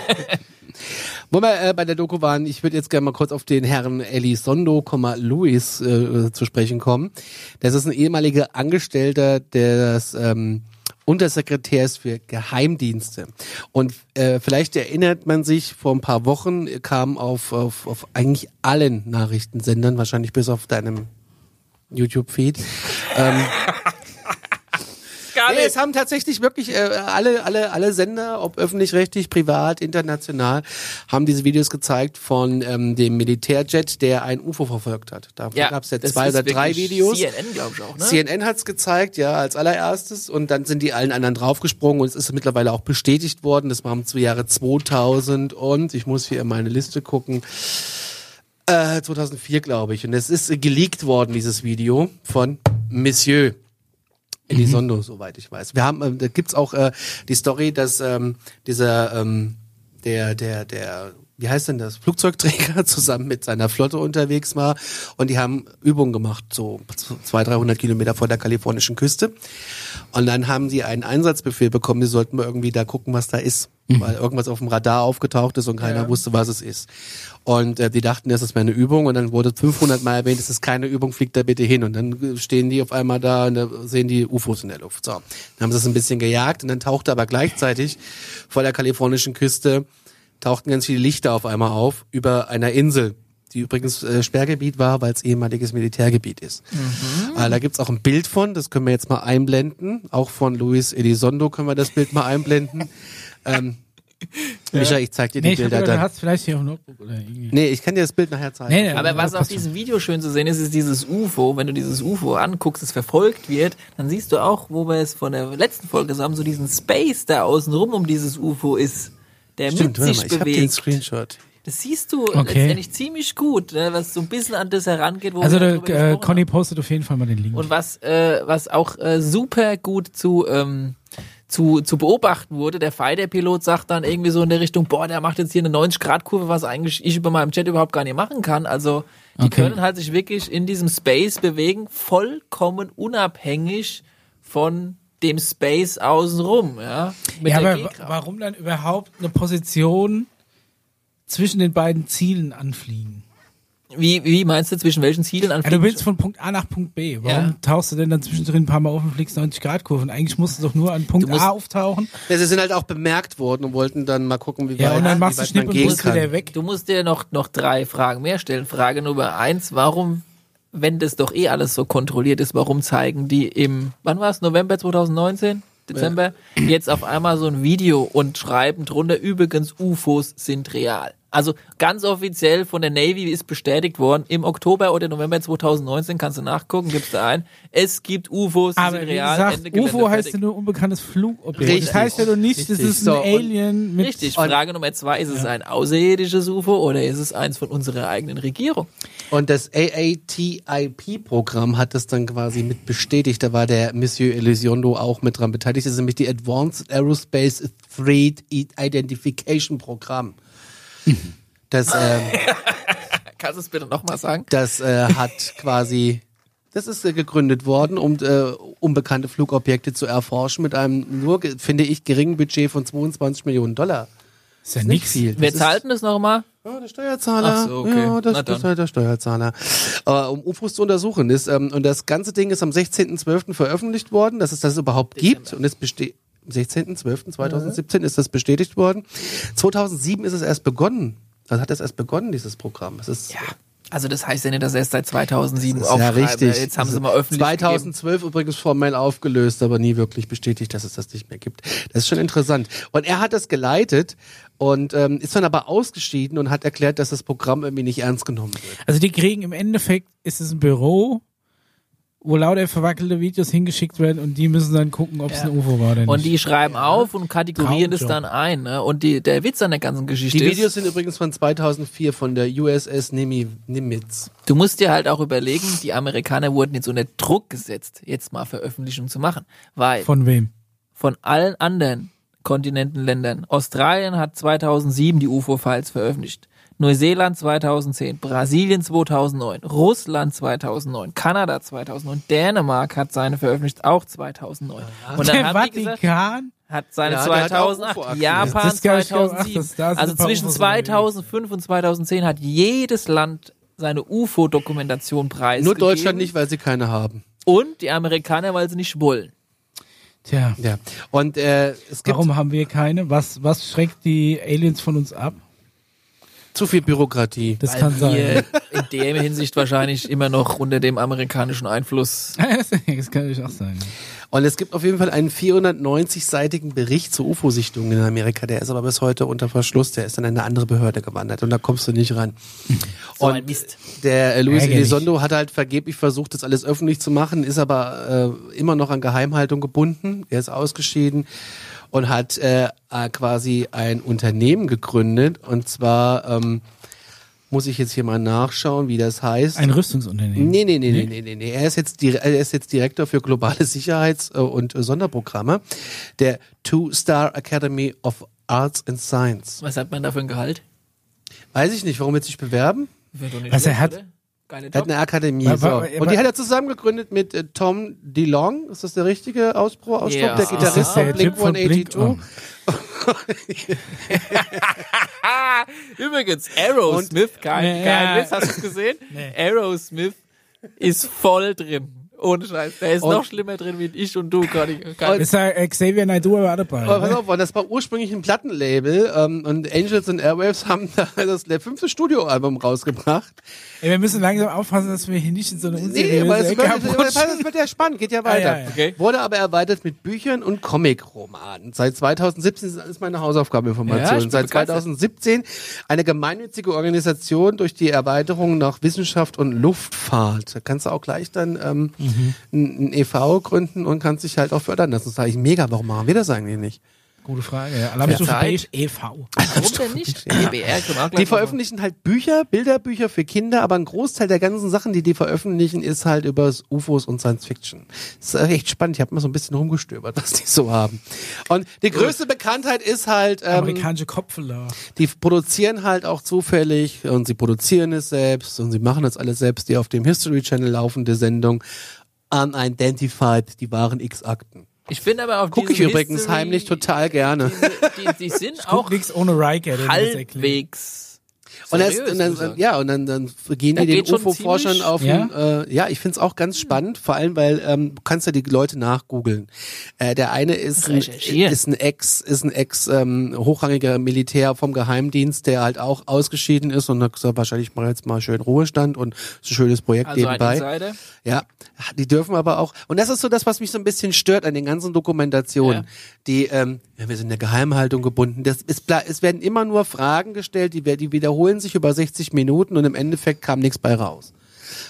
Speaker 1: Wo wir äh, bei der Doku waren, ich würde jetzt gerne mal kurz auf den Herrn Elizondo, Luis äh, zu sprechen kommen. Das ist ein ehemaliger Angestellter des ähm, Untersekretärs für Geheimdienste. Und äh, vielleicht erinnert man sich, vor ein paar Wochen kam auf, auf, auf eigentlich allen Nachrichtensendern, wahrscheinlich bis auf deinem YouTube-Feed, ähm,
Speaker 2: ja
Speaker 1: Nee,
Speaker 2: alle.
Speaker 1: es haben tatsächlich wirklich äh, alle, alle, alle Sender, ob öffentlich-rechtlich, privat, international, haben diese Videos gezeigt von ähm, dem Militärjet, der ein UFO verfolgt hat. Davon gab es ja
Speaker 2: das
Speaker 1: zwei
Speaker 2: ist
Speaker 1: oder drei
Speaker 2: wirklich
Speaker 1: Videos.
Speaker 2: CNN, glaube ich auch, ne?
Speaker 1: CNN hat's gezeigt, ja, als allererstes. Und dann sind die allen anderen draufgesprungen und es ist mittlerweile auch bestätigt worden. Das war im Jahre 2000 und ich muss hier in meine Liste gucken. Äh, 2004, glaube ich. Und es ist äh, geleakt worden, dieses Video von Monsieur. Elizondo, soweit ich weiß. Wir haben, ähm, da gibt's auch äh, die Story, dass ähm, dieser ähm, der der der wie heißt denn das Flugzeugträger zusammen mit seiner Flotte unterwegs war und die haben Übungen gemacht, so 200, 300 Kilometer vor der kalifornischen Küste. Und dann haben sie einen Einsatzbefehl bekommen, die sollten mal irgendwie da gucken, was da ist, weil irgendwas auf dem Radar aufgetaucht ist und keiner wusste, was es ist. Und äh, die dachten, das ist meine Übung und dann wurde 500 Mal erwähnt, es ist keine Übung, fliegt da bitte hin. Und dann äh, stehen die auf einmal da und da sehen die UFOs in der Luft. So, dann haben sie es ein bisschen gejagt und dann tauchte aber gleichzeitig vor der kalifornischen Küste tauchten ganz viele Lichter auf einmal auf über einer Insel, die übrigens äh, Sperrgebiet war, weil es ehemaliges Militärgebiet ist.
Speaker 3: Mhm.
Speaker 1: Äh, da gibt's auch ein Bild von, das können wir jetzt mal einblenden. Auch von Luis Elizondo können wir das Bild mal einblenden. ähm, Micha, ich zeig dir die
Speaker 3: Nee, ich hab
Speaker 1: Bilder
Speaker 3: gedacht, du
Speaker 1: dann.
Speaker 3: hast vielleicht hier auch Notebook oder irgendwie.
Speaker 1: Nee, ich kann dir das Bild nachher zeigen.
Speaker 3: Nee, nee,
Speaker 2: Aber was
Speaker 3: ja,
Speaker 2: auf
Speaker 3: passt
Speaker 2: diesem Video schön zu sehen ist, ist dieses UFO. Wenn du dieses UFO anguckst, es verfolgt wird, dann siehst du auch, wo wir es von der letzten Folge so haben, so diesen Space da außen rum um dieses UFO ist, der
Speaker 1: Stimmt,
Speaker 2: mit
Speaker 1: warte
Speaker 2: sich
Speaker 1: mal, ich habe den
Speaker 2: bewegt.
Speaker 1: Screenshot.
Speaker 2: das siehst du
Speaker 3: Okay.
Speaker 2: letztendlich ziemlich gut, ne, was so ein bisschen an das herangeht, wo
Speaker 3: Also,
Speaker 2: wir
Speaker 3: der,
Speaker 2: darüber
Speaker 3: äh,
Speaker 2: gesprochen haben.
Speaker 3: Conny postet auf jeden Fall mal den Link.
Speaker 2: Und was, äh, was auch äh, super gut zu, ähm, zu, zu beobachten wurde, der Fighter-Pilot sagt dann irgendwie so in der Richtung, boah, der macht jetzt hier eine 90-Grad-Kurve, was eigentlich ich über meinem Chat überhaupt gar nicht machen kann. Also die
Speaker 3: Okay.
Speaker 2: können halt sich wirklich in diesem Space bewegen, vollkommen unabhängig von dem Space außenrum, ja. Mit
Speaker 3: ja,
Speaker 2: der
Speaker 3: aber wa-
Speaker 2: G-Kraft.
Speaker 3: warum dann überhaupt eine Position zwischen den beiden Zielen anfliegen?
Speaker 2: wie, wie meinst du, zwischen welchen Zielen an
Speaker 3: Ja, du willst von Punkt A nach Punkt B. Warum
Speaker 2: Ja.
Speaker 3: tauchst du denn dann zwischendrin ein paar Mal auf und fliegst 90 Grad Kurven? Eigentlich musst du doch nur an Punkt
Speaker 2: musst-
Speaker 3: A auftauchen.
Speaker 1: Ja, sie sind halt auch bemerkt worden und wollten dann mal gucken, wie
Speaker 3: Ja,
Speaker 1: weit,
Speaker 3: und dann
Speaker 1: wie
Speaker 3: machst du
Speaker 1: weit
Speaker 3: Schnipp
Speaker 1: man
Speaker 3: und
Speaker 1: gehen
Speaker 3: bist wieder
Speaker 1: kann.
Speaker 3: weg.
Speaker 2: Du musst dir noch, noch drei Fragen mehr stellen. Frage Nummer eins, warum, wenn das doch eh alles so kontrolliert ist, warum zeigen die im, wann war es, November 2019? Dezember? Jetzt auf einmal so ein Video und schreiben drunter, übrigens UFOs sind real. Also ganz offiziell von der Navy ist bestätigt worden, im Oktober oder November 2019, kannst du nachgucken, gibst du ein, es gibt UFOs, die
Speaker 3: Aber
Speaker 2: sind
Speaker 3: wie
Speaker 2: real.
Speaker 3: gesagt,
Speaker 2: Ende Gelände,
Speaker 3: UFO heißt ja
Speaker 2: fertig.
Speaker 3: nur unbekanntes Flugobjekt.
Speaker 1: Richtig.
Speaker 3: Das heißt ja nur nicht, das
Speaker 1: Richtig.
Speaker 3: ist ein
Speaker 1: So, und-
Speaker 3: Alien mit...
Speaker 2: Richtig, Frage Nummer zwei, ist es ein außerirdisches UFO oder ist es eins von unserer eigenen Regierung?
Speaker 1: Und das AATIP-Programm hat das dann quasi mit bestätigt. Da war der Monsieur Elizondo auch mit dran beteiligt. Das ist nämlich die Advanced Aerospace Threat Identification Programm. Das, ähm,
Speaker 2: Kannst du es bitte nochmal sagen?
Speaker 1: das äh, hat quasi, das ist äh, gegründet worden, um äh, unbekannte Flugobjekte zu erforschen mit einem nur, ge- finde ich, geringen Budget von 22 Millionen Dollar.
Speaker 3: Ist ja
Speaker 1: Nicht
Speaker 3: nix.
Speaker 1: viel.
Speaker 2: Wer
Speaker 1: Das ist-
Speaker 2: zahlt denn das nochmal?
Speaker 1: Ja, der Steuerzahler.
Speaker 2: Ach so, okay.
Speaker 1: Ja,
Speaker 2: Na
Speaker 1: das, das
Speaker 2: dann.
Speaker 1: ist halt der Steuerzahler. Aber um UFOs zu untersuchen ist, ähm, und das ganze Ding ist am 16.12. veröffentlicht worden, dass es das überhaupt gibt und es besteht. Am 16.12.2017 ist das bestätigt worden. 2007 ist es erst begonnen. Also hat es erst begonnen, dieses Programm. Es ist,
Speaker 2: Ja. Also das heißt ja nicht, dass er erst seit 2007
Speaker 1: das ist ja
Speaker 2: aufschreibt. ne?
Speaker 1: richtig.
Speaker 2: Äh, Jetzt haben sie mal öffentlich
Speaker 1: 2012 übrigens formell aufgelöst, aber nie wirklich bestätigt, dass es das nicht mehr gibt. Das ist schon interessant. Und er hat das geleitet und ähm, ist dann aber ausgeschieden und hat erklärt, dass das Programm irgendwie nicht ernst genommen wird.
Speaker 3: Also die kriegen im Endeffekt, ist es ein Büro, wo lauter verwackelte Videos hingeschickt werden und die müssen dann gucken, ob es ein UFO war oder nicht.
Speaker 2: gegeben. Und die schreiben auf und kategorieren das
Speaker 3: Traumjob.
Speaker 2: dann ein. Ne? Und die, der Witz an der ganzen Geschichte
Speaker 1: Die Videos
Speaker 2: ist,
Speaker 1: sind übrigens von 2004 von der USS Nimi, Nimitz.
Speaker 2: du musst dir halt auch überlegen, die Amerikaner wurden jetzt unter Druck gesetzt, jetzt mal Veröffentlichung zu machen. Weil
Speaker 3: Von wem?
Speaker 2: von allen anderen Kontinentenländern. Australien hat 2007 die UFO-Files veröffentlicht. Neuseeland 2010, Brasilien 2009, Russland 2009, Kanada 2009, Dänemark hat seine veröffentlicht, auch 2009. Und dann
Speaker 3: Der
Speaker 2: haben die gesagt,
Speaker 3: Vatikan?
Speaker 2: hat seine
Speaker 1: Ja, der hat auch
Speaker 2: 2008,
Speaker 1: UFO-Aktien.
Speaker 2: Japan
Speaker 3: Das kann ich glauben. Ach,
Speaker 2: 2007.
Speaker 3: das- da sind
Speaker 2: also
Speaker 3: ein paar
Speaker 2: zwischen
Speaker 3: UFOs unterwegs.
Speaker 2: 2005 und 2010 hat jedes Land seine UFO-Dokumentation preisgegeben.
Speaker 1: Nur Deutschland nicht, weil sie keine haben.
Speaker 2: Und die Amerikaner, weil sie nicht wollen.
Speaker 3: Tja,
Speaker 1: Ja. Und äh, es gibt
Speaker 3: warum haben wir keine? Was, was schreckt die Aliens von uns ab?
Speaker 1: Zu viel Bürokratie.
Speaker 3: Das
Speaker 2: Weil
Speaker 3: kann sein.
Speaker 2: wir in der Hinsicht wahrscheinlich immer noch unter dem amerikanischen Einfluss.
Speaker 3: das kann natürlich auch sein.
Speaker 1: Und es gibt auf jeden Fall einen 490-seitigen Bericht zur UFO-Sichtungen in Amerika. Der ist aber bis heute unter Verschluss. Der ist dann in eine andere Behörde gewandert und da kommst du nicht ran.
Speaker 2: So
Speaker 1: und
Speaker 2: ein Mist.
Speaker 1: der äh, Luis
Speaker 3: Ärgerlich.
Speaker 1: Elizondo hat halt vergeblich versucht, das alles öffentlich zu machen, ist aber äh, immer noch an Geheimhaltung gebunden. Er ist ausgeschieden und hat äh, äh, quasi ein Unternehmen gegründet. Und zwar ähm, muss ich jetzt hier mal nachschauen, wie das heißt.
Speaker 3: Ein Rüstungsunternehmen.
Speaker 1: Nee, nee, nee, nee, nee, nee, nee. Er ist jetzt, dire- er ist jetzt Direktor für globale Sicherheits- äh, und äh, Sonderprogramme der Two-Star Academy of Arts and Science.
Speaker 2: Was hat man da für ein Gehalt?
Speaker 1: Weiß ich nicht, warum jetzt sich bewerben?
Speaker 2: Wird doch nicht
Speaker 3: Was er hat-
Speaker 2: oder? Geile
Speaker 1: Er hat
Speaker 2: Job.
Speaker 1: eine Akademie.
Speaker 3: Aber-
Speaker 1: so.
Speaker 3: aber- aber-
Speaker 1: und die hat er zusammen gegründet mit äh, Tom DeLong. Ist das der richtige Auspro Ausdruck?
Speaker 2: Ja.
Speaker 1: Der
Speaker 2: Ist das
Speaker 1: Gitarrist von
Speaker 3: der Typ
Speaker 1: Blink
Speaker 3: von Blink?
Speaker 1: 182.
Speaker 2: Übrigens, Aerosmith, kein,
Speaker 3: Ja.
Speaker 2: kein Mist, hast du es gesehen? Aerosmith ist voll drin. Ohne Scheiß. Der ist
Speaker 1: Und-
Speaker 2: noch schlimmer drin wie ich und du, kann ich. Kann
Speaker 3: Ist ja äh, Xavier Naidoo aber auch dabei.
Speaker 1: Aber pass
Speaker 3: ne?
Speaker 1: auf, weil das war ursprünglich ein Plattenlabel ähm, und Angels and Airwaves haben da das fünfte Studioalbum rausgebracht.
Speaker 3: Ey, wir müssen langsam aufpassen, dass wir hier nicht in so eine
Speaker 1: Nee,
Speaker 3: unseriöse
Speaker 1: aber es wird,
Speaker 3: Ecke
Speaker 1: es wird,
Speaker 3: abrutschen.
Speaker 1: es wird ja spannend, geht ja weiter.
Speaker 3: ja, ja.
Speaker 2: Ah, Okay.
Speaker 1: Wurde aber erweitert mit Büchern und Comicromanen. Seit 2017 sind alles meine
Speaker 2: Ja,
Speaker 1: Hausaufgabeninformationen.
Speaker 2: ich bin
Speaker 1: Seit
Speaker 2: begeistert.
Speaker 1: 2017 eine gemeinnützige Organisation durch die Erweiterung nach Wissenschaft und Luftfahrt. Da kannst du auch gleich dann ähm,
Speaker 2: Mhm.
Speaker 1: ein, ein EV gründen und kannst dich halt auch fördern lassen. Das sage ich mega. Warum machen wir das eigentlich nicht?
Speaker 3: Gute Frage. Ja. Alarmstufe
Speaker 2: Ja.
Speaker 3: B ist E EV.
Speaker 1: Ähm,
Speaker 2: warum denn nicht? GBR, können wir auch gleich
Speaker 1: Die
Speaker 2: mal-
Speaker 1: veröffentlichen halt Bücher, Bilderbücher für Kinder, aber ein Großteil der ganzen Sachen, die die veröffentlichen, ist halt über das UFOs und Science Fiction. Das ist äh, echt spannend. Ich habe mal so ein bisschen rumgestöbert, was die so haben. Und die größte Bekanntheit ist halt, ähm,
Speaker 3: Amerikanische Kopfler.
Speaker 1: die produzieren halt auch zufällig und sie produzieren es selbst und sie machen das alles selbst, die auf dem History Channel laufende Sendung Unidentified, die wahren X-Akten.
Speaker 2: Ich finde aber auf
Speaker 1: Gucke ich
Speaker 2: diesem
Speaker 1: übrigens
Speaker 2: History-
Speaker 1: heimlich total gerne.
Speaker 2: Die, die sind auch
Speaker 3: Auch nichts ohne Riker, der das erklärt.
Speaker 2: halbwegs.
Speaker 1: Und, erst,
Speaker 2: seriös,
Speaker 1: und
Speaker 2: muss ich
Speaker 1: dann,
Speaker 2: sagen.
Speaker 1: ja, und dann, dann gehen
Speaker 2: Da
Speaker 1: die
Speaker 2: geht
Speaker 1: den
Speaker 2: schon
Speaker 1: UFO-Forschern
Speaker 2: ziemlich-
Speaker 1: auf.
Speaker 3: Ja?
Speaker 1: Ja, äh, ja ich find's auch ganz spannend, vor allem, weil ähm, du kannst ja die Leute nachgoogeln. Äh, der eine ist ein,
Speaker 2: Recherchieren.
Speaker 1: ist ein Ex, ist ein Ex ähm, hochrangiger Militär vom Geheimdienst, der halt auch ausgeschieden ist und hat gesagt, wahrscheinlich mal jetzt mal schön Ruhestand und ist ein schönes Projekt
Speaker 2: Also ein
Speaker 1: nebenbei.
Speaker 2: Insider.
Speaker 1: Ja, die dürfen aber auch. Und das ist so das, was mich so ein bisschen stört an den ganzen Dokumentationen.
Speaker 2: Ja.
Speaker 1: Die, ähm, ja, wir sind der Geheimhaltung gebunden. Das ist bla- es werden immer nur Fragen gestellt, die, wer- die wiederholen sich über 60 Minuten und im Endeffekt kam nichts bei raus.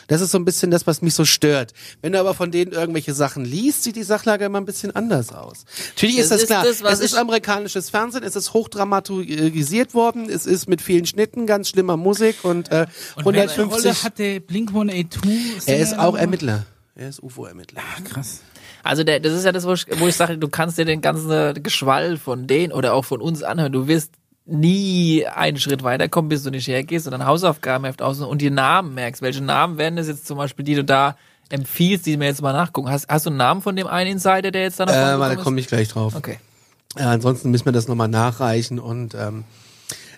Speaker 1: Das ist so ein bisschen das, was mich so stört. Wenn du aber von denen irgendwelche Sachen liest, sieht die Sachlage immer ein bisschen anders aus. Natürlich ist
Speaker 2: Das
Speaker 1: das
Speaker 2: ist
Speaker 1: klar.
Speaker 2: das, was
Speaker 1: es ist
Speaker 2: ich-
Speaker 1: amerikanisches Fernsehen, es ist hochdramatisiert worden, es ist mit vielen Schnitten, ganz schlimmer Musik und, äh,
Speaker 3: Und welche Rolle
Speaker 1: 150.
Speaker 3: hat der Blink-182?
Speaker 1: Er ist auch
Speaker 3: Sänger?
Speaker 1: Ermittler. Er ist UFO-Ermittler.
Speaker 3: Ah, Krass.
Speaker 2: Also der, das ist ja das, wo ich, wo ich sage, du kannst dir den ganzen äh, Geschwall von denen oder auch von uns anhören. Du wirst nie einen Schritt weiterkommen, bis du nicht hergehst und dann Hausaufgabenheft aus und die Namen merkst. Welche Namen wären das jetzt zum Beispiel, die du da empfiehlst, die wir jetzt mal nachgucken? Hast, hast du einen Namen von dem einen Insider, der jetzt da noch
Speaker 1: Äh,
Speaker 2: vorgekommen
Speaker 1: da
Speaker 2: ist?
Speaker 1: komme ich gleich drauf.
Speaker 2: Okay.
Speaker 1: Äh, ansonsten müssen wir das nochmal nachreichen und ähm,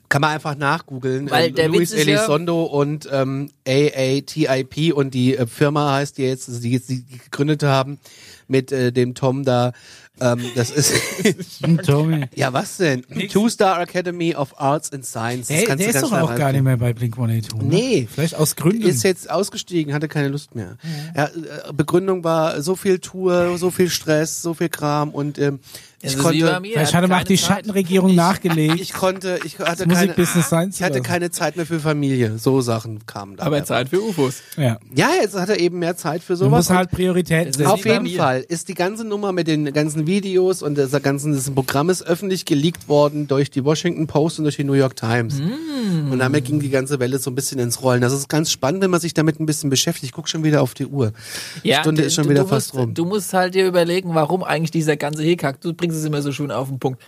Speaker 1: kann man einfach nachgoogeln.
Speaker 2: Weil
Speaker 1: Ähm,
Speaker 2: der
Speaker 1: Luis
Speaker 2: Witz ist ja-
Speaker 1: Elizondo und ähm, AATIP und die äh, Firma heißt die jetzt, also die jetzt die gegründet haben mit äh, dem Tom da. Ähm, das ist
Speaker 3: Tommy.
Speaker 1: ja was denn? Two Star Academy of Arts and Science. Das
Speaker 3: Der,
Speaker 1: kannst
Speaker 3: der
Speaker 1: du
Speaker 3: ist
Speaker 1: ganz
Speaker 3: doch
Speaker 1: schnell
Speaker 3: auch gar nicht mehr bei Blink-182. ne?
Speaker 1: Nee.
Speaker 3: Vielleicht aus Gründen.
Speaker 1: ist jetzt ausgestiegen, hatte keine Lust mehr. Ja. äh, Begründung war so viel Tour, so viel Stress, so viel Kram und ähm,
Speaker 2: Das
Speaker 1: ich
Speaker 2: ist wie Also bei
Speaker 1: konnte
Speaker 2: mir.
Speaker 3: Vielleicht
Speaker 2: Er
Speaker 3: hat er
Speaker 2: hat
Speaker 3: mal auch
Speaker 2: keine
Speaker 3: die
Speaker 2: Zeit.
Speaker 3: Schattenregierung nachgelegt.
Speaker 1: ich konnte ich hatte keine
Speaker 3: Musikbusiness sein
Speaker 1: Ich
Speaker 3: zu
Speaker 1: hatte
Speaker 3: lassen.
Speaker 1: keine Zeit mehr für Familie. So Sachen kamen da.
Speaker 2: Aber Zeit für UFOs.
Speaker 3: Ja.
Speaker 1: Ja, jetzt hat er eben mehr Zeit für
Speaker 3: Du
Speaker 1: sowas.
Speaker 3: musst halt Prioritäten
Speaker 2: Das ist-
Speaker 3: setzen.
Speaker 1: Auf
Speaker 2: wie bei
Speaker 1: jeden
Speaker 2: mir.
Speaker 1: Fall ist die ganze Nummer mit den ganzen Videos und dieser ganzen des Programmes öffentlich geleakt worden durch die Washington Post und durch die New York Times.
Speaker 2: Hm.
Speaker 1: Und damit ging die ganze Welle so ein bisschen ins Rollen. Das ist ganz spannend, wenn man sich damit ein bisschen beschäftigt. Ich guck schon wieder auf die Uhr. Die Stunde
Speaker 2: du-
Speaker 1: ist schon
Speaker 2: du-
Speaker 1: wieder
Speaker 2: du
Speaker 1: fast
Speaker 2: musst,
Speaker 1: rum.
Speaker 2: Du musst halt dir überlegen, warum eigentlich dieser ganze Hickhack. Du bringst es immer so schön auf den Punkt.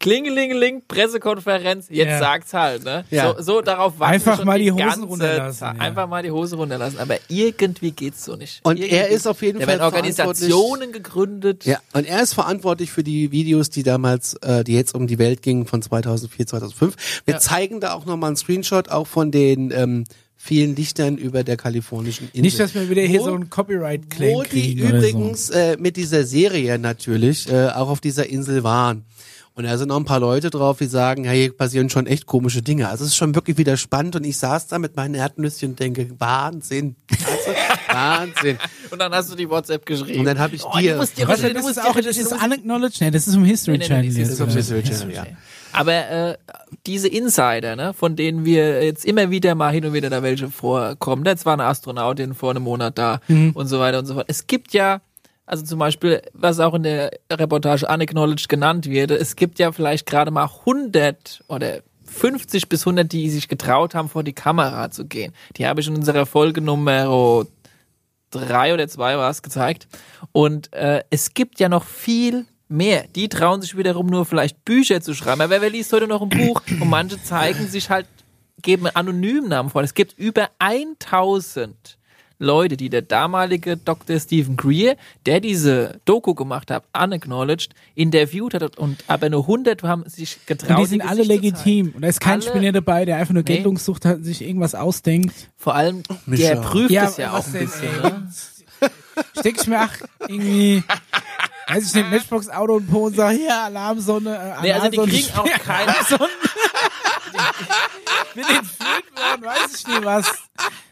Speaker 2: Klingelingeling, Pressekonferenz, jetzt
Speaker 3: Ja.
Speaker 2: sagt's halt, ne?
Speaker 1: Ja.
Speaker 2: So, so darauf warten wir
Speaker 3: Einfach
Speaker 2: schon
Speaker 3: mal die Hosen
Speaker 2: ganze
Speaker 3: runterlassen,
Speaker 2: Zeit.
Speaker 3: ja.
Speaker 2: Einfach mal die Hose runterlassen, aber irgendwie geht's so nicht.
Speaker 1: Und
Speaker 2: irgendwie
Speaker 1: er ist auf jeden
Speaker 2: da
Speaker 1: Fall
Speaker 2: werden Organisationen gegründet.
Speaker 1: Ja, und er ist verantwortlich für die Videos, die damals, äh, die jetzt um die Welt gingen von 2004, 2005. Wir zeigen da auch nochmal einen Screenshot auch von den ähm, vielen Lichtern über der kalifornischen Insel.
Speaker 3: Nicht, dass wir wieder hier
Speaker 1: Wo-
Speaker 3: so einen Copyright-Claim
Speaker 1: wo die
Speaker 3: kriegen oder so.
Speaker 1: übrigens äh, mit dieser Serie natürlich äh, auch auf dieser Insel waren. Und da sind noch ein paar Leute drauf, die sagen, ja, hier passieren schon echt komische Dinge. Also es ist schon wirklich wieder spannend und ich saß da mit meinen Erdnüsschen und denke, Wahnsinn, Wahnsinn, Wahnsinn.
Speaker 2: Und dann hast du die WhatsApp geschrieben.
Speaker 1: Und dann habe ich
Speaker 2: oh,
Speaker 1: dir-
Speaker 2: Du musst dir
Speaker 3: Was
Speaker 2: was,
Speaker 3: denn, das ist auch, das ist unacknowledged? Nee, das ist vom History
Speaker 2: Nee, nee, nee,
Speaker 3: Channel.
Speaker 2: das
Speaker 3: jetzt,
Speaker 1: Das ist auf
Speaker 3: oder?
Speaker 1: History Channel, ja.
Speaker 2: Aber äh, diese Insider, ne, von denen wir jetzt immer wieder mal hin und wieder da welche vorkommen, ne, jetzt war eine Astronautin vor einem Monat da und so weiter und so fort. Es gibt ja, also zum Beispiel, was auch in der Reportage unacknowledged genannt wird, es gibt ja vielleicht gerade mal 100 oder 50 bis 100, die sich getraut haben, vor die Kamera zu gehen. Die habe ich in unserer Folge Nummer drei oder zwei war es gezeigt. Und äh, es gibt ja noch viel mehr. Die trauen sich wiederum nur vielleicht Bücher zu schreiben. Aber wer liest heute noch ein Buch? Und manche zeigen sich halt, geben einen anonymen Namen vor. Es gibt über 1000 Leute, die der damalige Dr. Stephen Greer, der diese Doku gemacht hat, unacknowledged, interviewt hat und aber nur 100 haben sich getraut.
Speaker 3: Und die sind
Speaker 2: ihr
Speaker 3: alle
Speaker 2: Gesicht zu zeigen.
Speaker 3: legitim. Und da ist kein
Speaker 2: Alle-
Speaker 3: Spinner dabei, der einfach nur
Speaker 2: Nee.
Speaker 3: Geltungssucht hat und sich irgendwas ausdenkt.
Speaker 2: Vor allem, der
Speaker 1: Mischa.
Speaker 2: prüft es ja
Speaker 3: was
Speaker 2: auch ein
Speaker 3: denn,
Speaker 2: bisschen.
Speaker 3: ey?
Speaker 2: Ne?
Speaker 3: Steck ich mir ach, irgendwie, weiß ich nicht, Matchbox-Auto und Po und sag, hier, Alarmsonne, äh,
Speaker 2: Nee, also die
Speaker 3: Alarmsonne-
Speaker 2: kriegen auch keine.
Speaker 3: Also Bin entführt worden, weiß ich nicht was.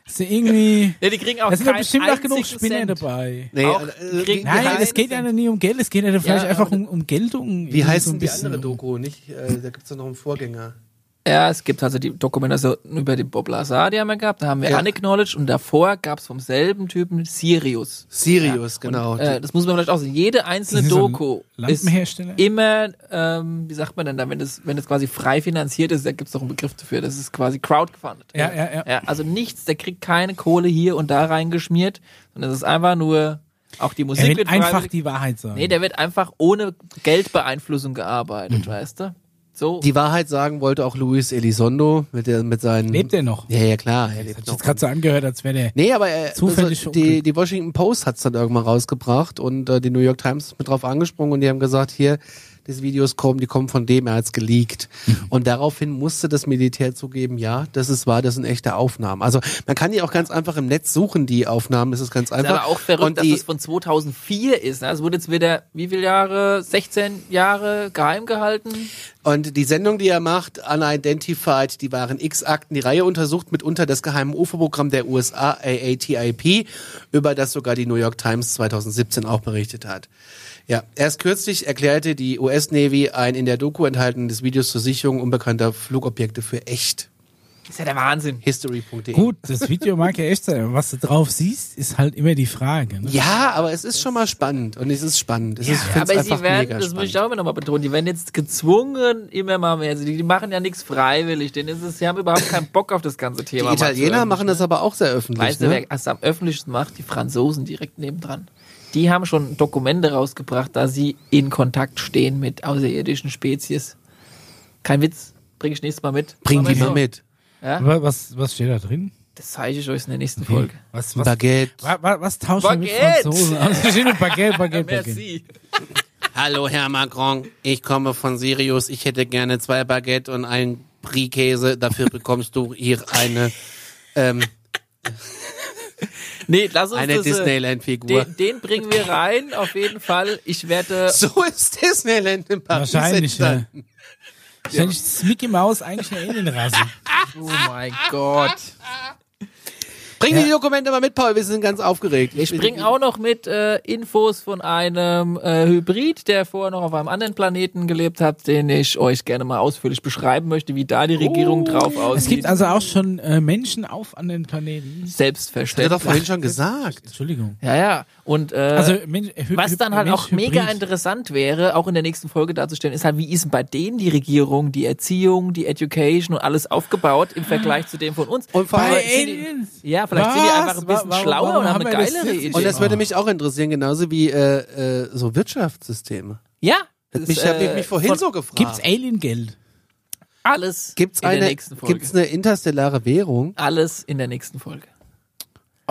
Speaker 3: Ist ja irgendwie,
Speaker 2: Ja, die kriegen auch
Speaker 3: da sind doch
Speaker 2: keinen
Speaker 3: bestimmt noch
Speaker 2: einzigen
Speaker 3: genug Spinner
Speaker 2: Cent.
Speaker 3: dabei.
Speaker 1: Nee,
Speaker 2: Auch
Speaker 1: äh,
Speaker 2: kriegen-
Speaker 1: wie,
Speaker 3: Nein,
Speaker 2: heißt-
Speaker 3: es geht ja noch nie um Geld, es geht ja vielleicht
Speaker 2: aber
Speaker 3: einfach um, um Geltung.
Speaker 1: wie
Speaker 3: irgendwie
Speaker 1: heißt
Speaker 3: so
Speaker 1: denn
Speaker 3: ein
Speaker 1: die
Speaker 3: bisschen.
Speaker 1: andere Doku? Nicht, äh, da gibt's ja noch einen Vorgänger.
Speaker 2: Ja, es gibt also die Dokumentation über den Bob Lazar, die haben wir gehabt. Da haben wir
Speaker 1: Ja.
Speaker 2: Unacknowledged und davor gab's vom selben Typen Sirius.
Speaker 1: Sirius, genau.
Speaker 2: Äh, das muss man vielleicht auch sehen. Jede einzelne
Speaker 3: Ist das so ein
Speaker 2: Doku ist
Speaker 3: Lampenhersteller?
Speaker 2: immer, ähm, wie sagt man denn da, wenn das, wenn das quasi frei finanziert ist, da gibt's doch einen Begriff dafür. Das ist quasi crowdgefundet.
Speaker 3: Ja, ja, ja.
Speaker 2: also nichts, der kriegt keine Kohle hier und da reingeschmiert, sondern es ist einfach nur, auch die Musik
Speaker 3: Er will
Speaker 2: wird
Speaker 3: einfach
Speaker 2: freiwillig-
Speaker 3: die Wahrheit sagen.
Speaker 2: Nee, der wird einfach ohne Geldbeeinflussung
Speaker 3: Hm.
Speaker 2: gearbeitet, weißt du? So.
Speaker 1: die Wahrheit sagen wollte auch Luis Elizondo mit, der, mit seinen...
Speaker 3: Lebt er noch?
Speaker 1: Ja, ja, klar, er
Speaker 3: Hat
Speaker 1: lebt
Speaker 3: sich
Speaker 1: noch.
Speaker 3: jetzt gerade so angehört, als wäre der.
Speaker 1: Nee, aber äh,
Speaker 3: Zufällig
Speaker 1: also,
Speaker 3: Unglück.
Speaker 1: die, die Washington Post hat's dann irgendwann rausgebracht und äh, die New York Times ist mit drauf angesprungen und die haben gesagt, hier, diese Videos kommen, die kommen von dem, er hat's geleakt.
Speaker 2: Mhm.
Speaker 1: und daraufhin musste das Militär zugeben, ja, das ist wahr, das sind echte Aufnahmen. Also man kann die auch ganz einfach im Netz suchen, die Aufnahmen, das ist ganz
Speaker 2: Ist
Speaker 1: einfach.
Speaker 2: aber auch verrückt,
Speaker 1: und
Speaker 2: dass
Speaker 1: die,
Speaker 2: das von 2004 ist. ne? Es wurde jetzt wieder, wie viele Jahre, 16 Jahre geheim gehalten.
Speaker 1: Und die Sendung, die er macht, Unidentified, die waren X-Akten, die Reihe untersucht mitunter das geheime UFO-Programm der USA, AATIP, über das sogar die New York Times 2017 auch berichtet hat. Ja, erst kürzlich erklärte die US-Navy ein in der Doku enthaltenes Video zur Sicherung unbekannter Flugobjekte für echt.
Speaker 2: Ist ja der Wahnsinn.
Speaker 1: History.de.
Speaker 3: Gut, das Video mag ja echt sein, aber was du drauf siehst, ist halt immer die Frage. Ne?
Speaker 1: Ja, aber es ist schon mal spannend und es ist spannend. Es ist, ich find's
Speaker 2: Aber
Speaker 1: einfach
Speaker 2: sie werden,
Speaker 1: mega
Speaker 2: das muss ich
Speaker 1: spannend.
Speaker 2: auch immer nochmal betonen, die werden jetzt gezwungen, immer mal mehr. Also die, die machen ja nichts freiwillig, denen ist es, sie haben überhaupt keinen Bock auf das ganze
Speaker 1: Die
Speaker 2: Thema. mal zu
Speaker 1: Italiener
Speaker 2: öffnen.
Speaker 1: machen das aber auch sehr öffentlich.
Speaker 2: Weißt du,
Speaker 1: ne?
Speaker 2: wer es am öffentlichsten macht? Die Franzosen direkt nebendran. Die haben schon Dokumente rausgebracht, da sie in Kontakt stehen mit außerirdischen Spezies. Kein Witz, bringe ich nächstes Mal mit.
Speaker 1: Bring die
Speaker 2: Mach
Speaker 1: mal
Speaker 2: so.
Speaker 1: mit.
Speaker 2: Ja?
Speaker 3: Aber was, was steht da drin?
Speaker 2: Das zeige ich euch in der nächsten Folge.
Speaker 3: Was, was,
Speaker 1: Baguette.
Speaker 3: wa, wa, was tauscht man mit
Speaker 2: Baguette!
Speaker 3: Franzosen aus? Da steht nur Baguette, Baguette, Baguette.
Speaker 2: Merci.
Speaker 1: Hallo Herr Macron, ich komme von Sirius. Ich hätte gerne zwei Baguette und einen Brie-Käse. Dafür bekommst du hier eine, ähm,
Speaker 2: Nee, lass uns
Speaker 1: eine
Speaker 2: das, äh,
Speaker 1: Disneyland-Figur.
Speaker 2: Den, den bringen wir rein, auf jeden Fall. Ich werde.
Speaker 1: So ist Disneyland in Paris. Ah.
Speaker 3: Wahrscheinlich,
Speaker 1: entstanden.
Speaker 3: ja. Wahrscheinlich ist Mickey Mouse eigentlich eine Alienrasse.
Speaker 2: Oh mein Gott.
Speaker 1: Bring die Dokumente mal mit, Paul. Wir sind ganz aufgeregt.
Speaker 2: Ich bringe auch noch mit äh, Infos von einem äh, Hybrid, der vorher noch auf einem anderen Planeten gelebt hat, den ich euch gerne mal ausführlich beschreiben möchte, wie da die Regierung drauf
Speaker 3: Es
Speaker 2: aussieht.
Speaker 3: gibt also auch schon äh, Menschen auf anderen Planeten.
Speaker 1: Hat er doch
Speaker 2: Selbstverständlich.
Speaker 1: vorhin schon gesagt.
Speaker 3: Entschuldigung.
Speaker 2: Ja, ja. Und äh,
Speaker 3: Also, Mensch, äh, Hy-
Speaker 2: Was dann
Speaker 3: Hy-
Speaker 2: halt
Speaker 3: Mensch,
Speaker 2: auch mega
Speaker 3: Hybrid.
Speaker 2: interessant wäre, auch in der nächsten Folge darzustellen, ist halt, wie ist denn bei denen die Regierung, die Erziehung, die Education und alles aufgebaut im Vergleich zu dem von uns?
Speaker 1: Und vor
Speaker 3: Bei
Speaker 1: allem-
Speaker 2: Vielleicht sind die-
Speaker 3: Aliens.
Speaker 2: Ja, vielleicht sind die
Speaker 3: Was?
Speaker 2: einfach ein bisschen
Speaker 3: Wa- warum-
Speaker 2: schlauer
Speaker 3: warum
Speaker 2: und haben
Speaker 3: haben
Speaker 2: eine
Speaker 3: wir das
Speaker 2: geilere
Speaker 3: jetzt
Speaker 2: Idee.
Speaker 1: Und das würde mich auch interessieren, genauso wie äh, äh, so Wirtschaftssysteme.
Speaker 2: ja, das,
Speaker 1: Ich habe
Speaker 2: äh,
Speaker 1: mich vorhin
Speaker 2: von
Speaker 1: so gefragt.
Speaker 3: Gibt's Alien-Geld?
Speaker 2: alles
Speaker 1: Gibt's
Speaker 2: in der
Speaker 1: eine,
Speaker 2: nächsten Folge.
Speaker 1: gibt's eine interstellare Währung?
Speaker 2: alles in der nächsten Folge.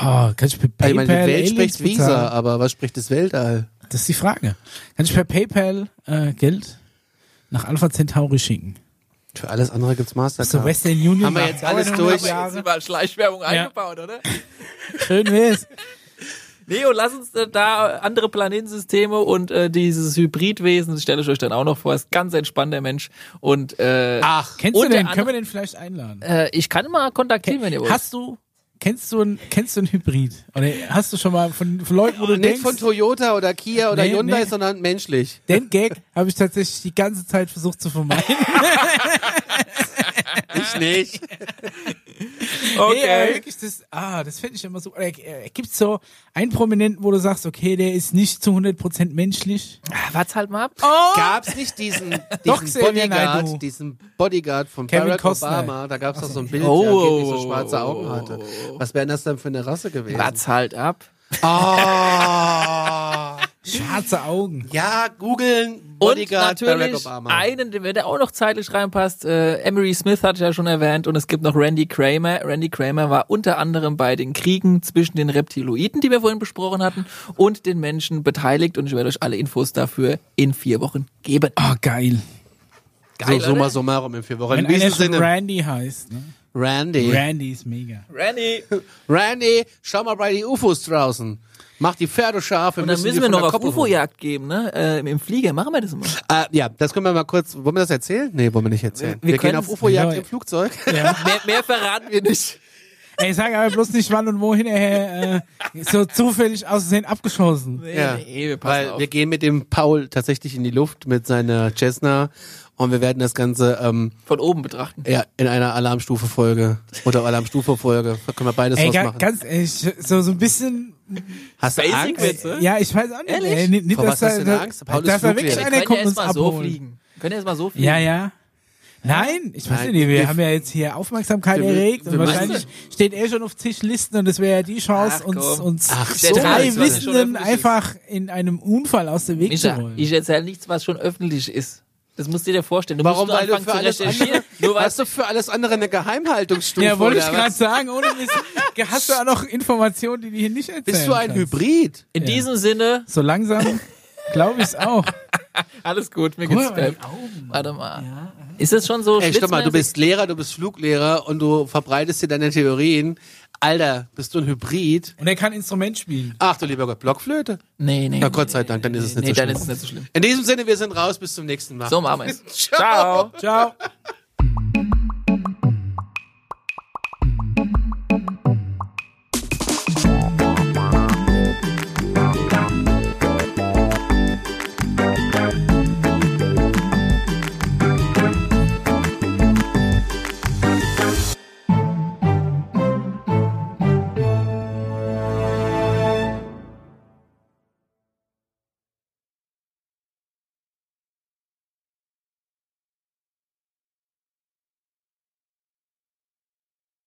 Speaker 3: Oh, kann ich per PayPal
Speaker 1: Also, ich meine, die Welt
Speaker 3: Aliens
Speaker 1: spricht Visa,
Speaker 3: bezahlen?
Speaker 1: aber was spricht das Weltall?
Speaker 3: Das ist die Frage. Kann ich per PayPal äh, Geld nach Alpha Centauri schicken?
Speaker 1: Für alles andere gibt's Mastercard.
Speaker 3: So Western Union.
Speaker 1: Haben wir
Speaker 3: macht
Speaker 1: jetzt alles
Speaker 3: auch
Speaker 1: durch?
Speaker 3: Jahre.
Speaker 2: überall Schleichwerbung
Speaker 3: eingebaut,
Speaker 2: oder?
Speaker 3: Schön wär's.
Speaker 2: Nee, und lass uns äh, da andere Planetensysteme und äh, dieses Hybridwesen, das stelle ich euch dann auch noch vor, ist ganz entspannt der Mensch. Und äh,
Speaker 1: Ach,
Speaker 3: Kennst du
Speaker 2: Unter
Speaker 3: den?
Speaker 2: anderem-
Speaker 3: Können wir den vielleicht einladen?
Speaker 2: äh, ich kann mal kontaktieren, wenn ihr wollt.
Speaker 3: Hast du, kennst du ein, kennst du ein Hybrid? Oder hast du schon mal von, von Leuten, wo du
Speaker 1: Ah, nicht
Speaker 3: denkst,
Speaker 1: von Toyota oder Kia oder
Speaker 3: Nee,
Speaker 1: Hyundai,
Speaker 3: nee.
Speaker 1: sondern menschlich.
Speaker 3: den Gag habe ich tatsächlich die ganze Zeit versucht zu vermeiden.
Speaker 1: Ich nicht.
Speaker 3: Nee, aber wirklich, das, ah, das fände ich immer so. Äh, äh, gibt's so einen Prominenten, wo du sagst, okay, der ist nicht zu 100% menschlich?
Speaker 2: Wart's halt mal ab.
Speaker 1: Gab's nicht diesen,
Speaker 3: Oh! Doch,
Speaker 1: diesen
Speaker 3: Xavier Naidoo.
Speaker 1: Bodyguard, diesen Bodyguard von
Speaker 3: Kevin
Speaker 1: Barack
Speaker 3: Costner.
Speaker 1: Obama? Da gab's doch so ein Bild,
Speaker 2: Oh,
Speaker 1: der angeblich so
Speaker 2: oh,
Speaker 1: schwarze
Speaker 2: oh,
Speaker 1: Augen
Speaker 2: oh,
Speaker 1: hatte.
Speaker 2: oh,
Speaker 1: Was wäre das denn für eine Rasse gewesen?
Speaker 2: Wart's halt ab.
Speaker 1: Oh.
Speaker 3: Schwarze Augen.
Speaker 1: ja, googeln
Speaker 2: Und
Speaker 1: Bodyguard Barack
Speaker 2: natürlich
Speaker 1: Obama.
Speaker 2: einen, der- der auch noch zeitlich reinpasst, äh, Emery Smith hatte ich ja schon erwähnt und es gibt noch Randy Kramer. Randy Kramer war unter anderem bei den Kriegen zwischen den Reptiloiden, die wir vorhin besprochen hatten, und den Menschen beteiligt und ich werde euch alle Infos dafür in vier Wochen geben.
Speaker 3: Ah, geil.
Speaker 1: so, summa
Speaker 2: oder?
Speaker 1: summarum in vier Wochen.
Speaker 3: Wenn
Speaker 1: in diesem
Speaker 3: einer schon
Speaker 1: Sinne,
Speaker 3: Randy heißt. Ne?
Speaker 1: Randy.
Speaker 3: Randy ist mega.
Speaker 2: Randy!
Speaker 1: Randy, schau mal bei die UFOs draußen. Mach die Pferde scharf. Wir
Speaker 2: Und dann
Speaker 1: die
Speaker 2: müssen wir
Speaker 1: von
Speaker 2: noch
Speaker 1: der
Speaker 2: auf
Speaker 1: Koppel holen.
Speaker 2: UFO-Jagd geben, ne? Äh, Im Flieger machen wir das immer.
Speaker 1: Ah, ja, das können wir mal kurz. Wollen wir das erzählen? Nee, wollen wir nicht erzählen.
Speaker 2: Wir- wir
Speaker 1: Wir, gehen
Speaker 2: können-
Speaker 1: auf UFO-Jagd
Speaker 3: Ja.
Speaker 1: im Flugzeug.
Speaker 2: mehr, mehr verraten wir nicht.
Speaker 3: Ey, sag aber bloß nicht wann und wohin er äh, so zufällig aus Versehen abgeschossen.
Speaker 1: Ja,
Speaker 2: nee, wir passen
Speaker 1: weil
Speaker 2: auf.
Speaker 1: wir gehen mit dem Paul tatsächlich in die Luft mit seiner Cessna und wir werden das Ganze ähm,
Speaker 2: Von oben betrachten.
Speaker 1: ja, in einer Alarmstufe-Folge oder Alarmstufe-Folge. Da können wir beides
Speaker 3: Ey,
Speaker 1: draus
Speaker 3: ga,
Speaker 1: machen.
Speaker 3: ganz ehrlich, so, so ein bisschen.
Speaker 1: Hast du
Speaker 2: Basic
Speaker 1: Angst?
Speaker 2: Witz. Witze?
Speaker 3: Ja, ich weiß auch nicht.
Speaker 2: Ehrlich?
Speaker 3: Ey, nicht, nicht,
Speaker 1: Vor was
Speaker 3: dass
Speaker 1: hast
Speaker 3: da-
Speaker 1: du denn
Speaker 3: da-
Speaker 1: Angst? Paul ist
Speaker 3: dass da wirklich
Speaker 1: Fluglehrer.
Speaker 3: einer
Speaker 2: Können ja
Speaker 3: kommt
Speaker 2: erst
Speaker 3: uns
Speaker 2: mal so
Speaker 3: abholen.
Speaker 2: fliegen. Können ja erst mal so fliegen.
Speaker 3: Ja, ja. Nein, ich weiß
Speaker 1: Nein,
Speaker 3: nicht, wir,
Speaker 1: wir-
Speaker 3: haben ja jetzt hier Aufmerksamkeit
Speaker 1: wir mü-
Speaker 3: erregt
Speaker 1: wir
Speaker 3: und wahrscheinlich steht er schon auf Tischlisten und das wäre ja die Chance,
Speaker 2: Ach,
Speaker 3: uns,
Speaker 2: komm.
Speaker 3: uns
Speaker 1: Ach,
Speaker 2: Der
Speaker 1: so.
Speaker 2: Teil
Speaker 3: drei
Speaker 2: ist, was schon
Speaker 3: Wissenden
Speaker 2: öffentlich ist.
Speaker 3: einfach in einem Unfall aus dem Weg zu
Speaker 2: Micha,
Speaker 3: holen.
Speaker 2: ich erzähle nichts, was schon öffentlich ist. Das musst du dir vorstellen. Du
Speaker 1: Warum?
Speaker 2: musst
Speaker 1: Weil
Speaker 2: nur
Speaker 1: du
Speaker 2: anfangen
Speaker 1: für alles
Speaker 2: zu recherchieren.
Speaker 1: andere,
Speaker 2: Nur weil
Speaker 1: hast du für alles andere eine Geheimhaltungsstufe?
Speaker 3: ja, wollte ich
Speaker 1: oder
Speaker 3: gerade
Speaker 1: was?
Speaker 3: sagen, ohne Mist. Hast du auch noch Informationen, die du hier nicht erzählen
Speaker 1: Bist du ein
Speaker 3: kannst?
Speaker 1: Hybrid?
Speaker 2: in diesem Sinne,
Speaker 3: So langsam glaube ich es auch.
Speaker 2: alles gut, mir
Speaker 3: Guck
Speaker 2: geht's
Speaker 3: mal, meine
Speaker 2: gut. Warte mal. Ist das schon so
Speaker 1: Ey, stopp mal, du
Speaker 2: schlitzmäßig?
Speaker 1: bist Lehrer, du bist Fluglehrer und du verbreitest dir deine Theorien. Alter, bist du ein Hybrid?
Speaker 3: Und er kann Instrument spielen.
Speaker 1: Ach du lieber Gott, Blockflöte?
Speaker 2: Nee, nee.
Speaker 1: Na Gott sei Dank, dann ist es nicht
Speaker 2: Nee,
Speaker 1: so
Speaker 2: dann
Speaker 1: schlimm.
Speaker 2: ist es nicht so schlimm.
Speaker 1: In diesem Sinne, wir sind raus, bis zum nächsten Mal.
Speaker 2: So machen wir's. Ciao.
Speaker 3: Ciao.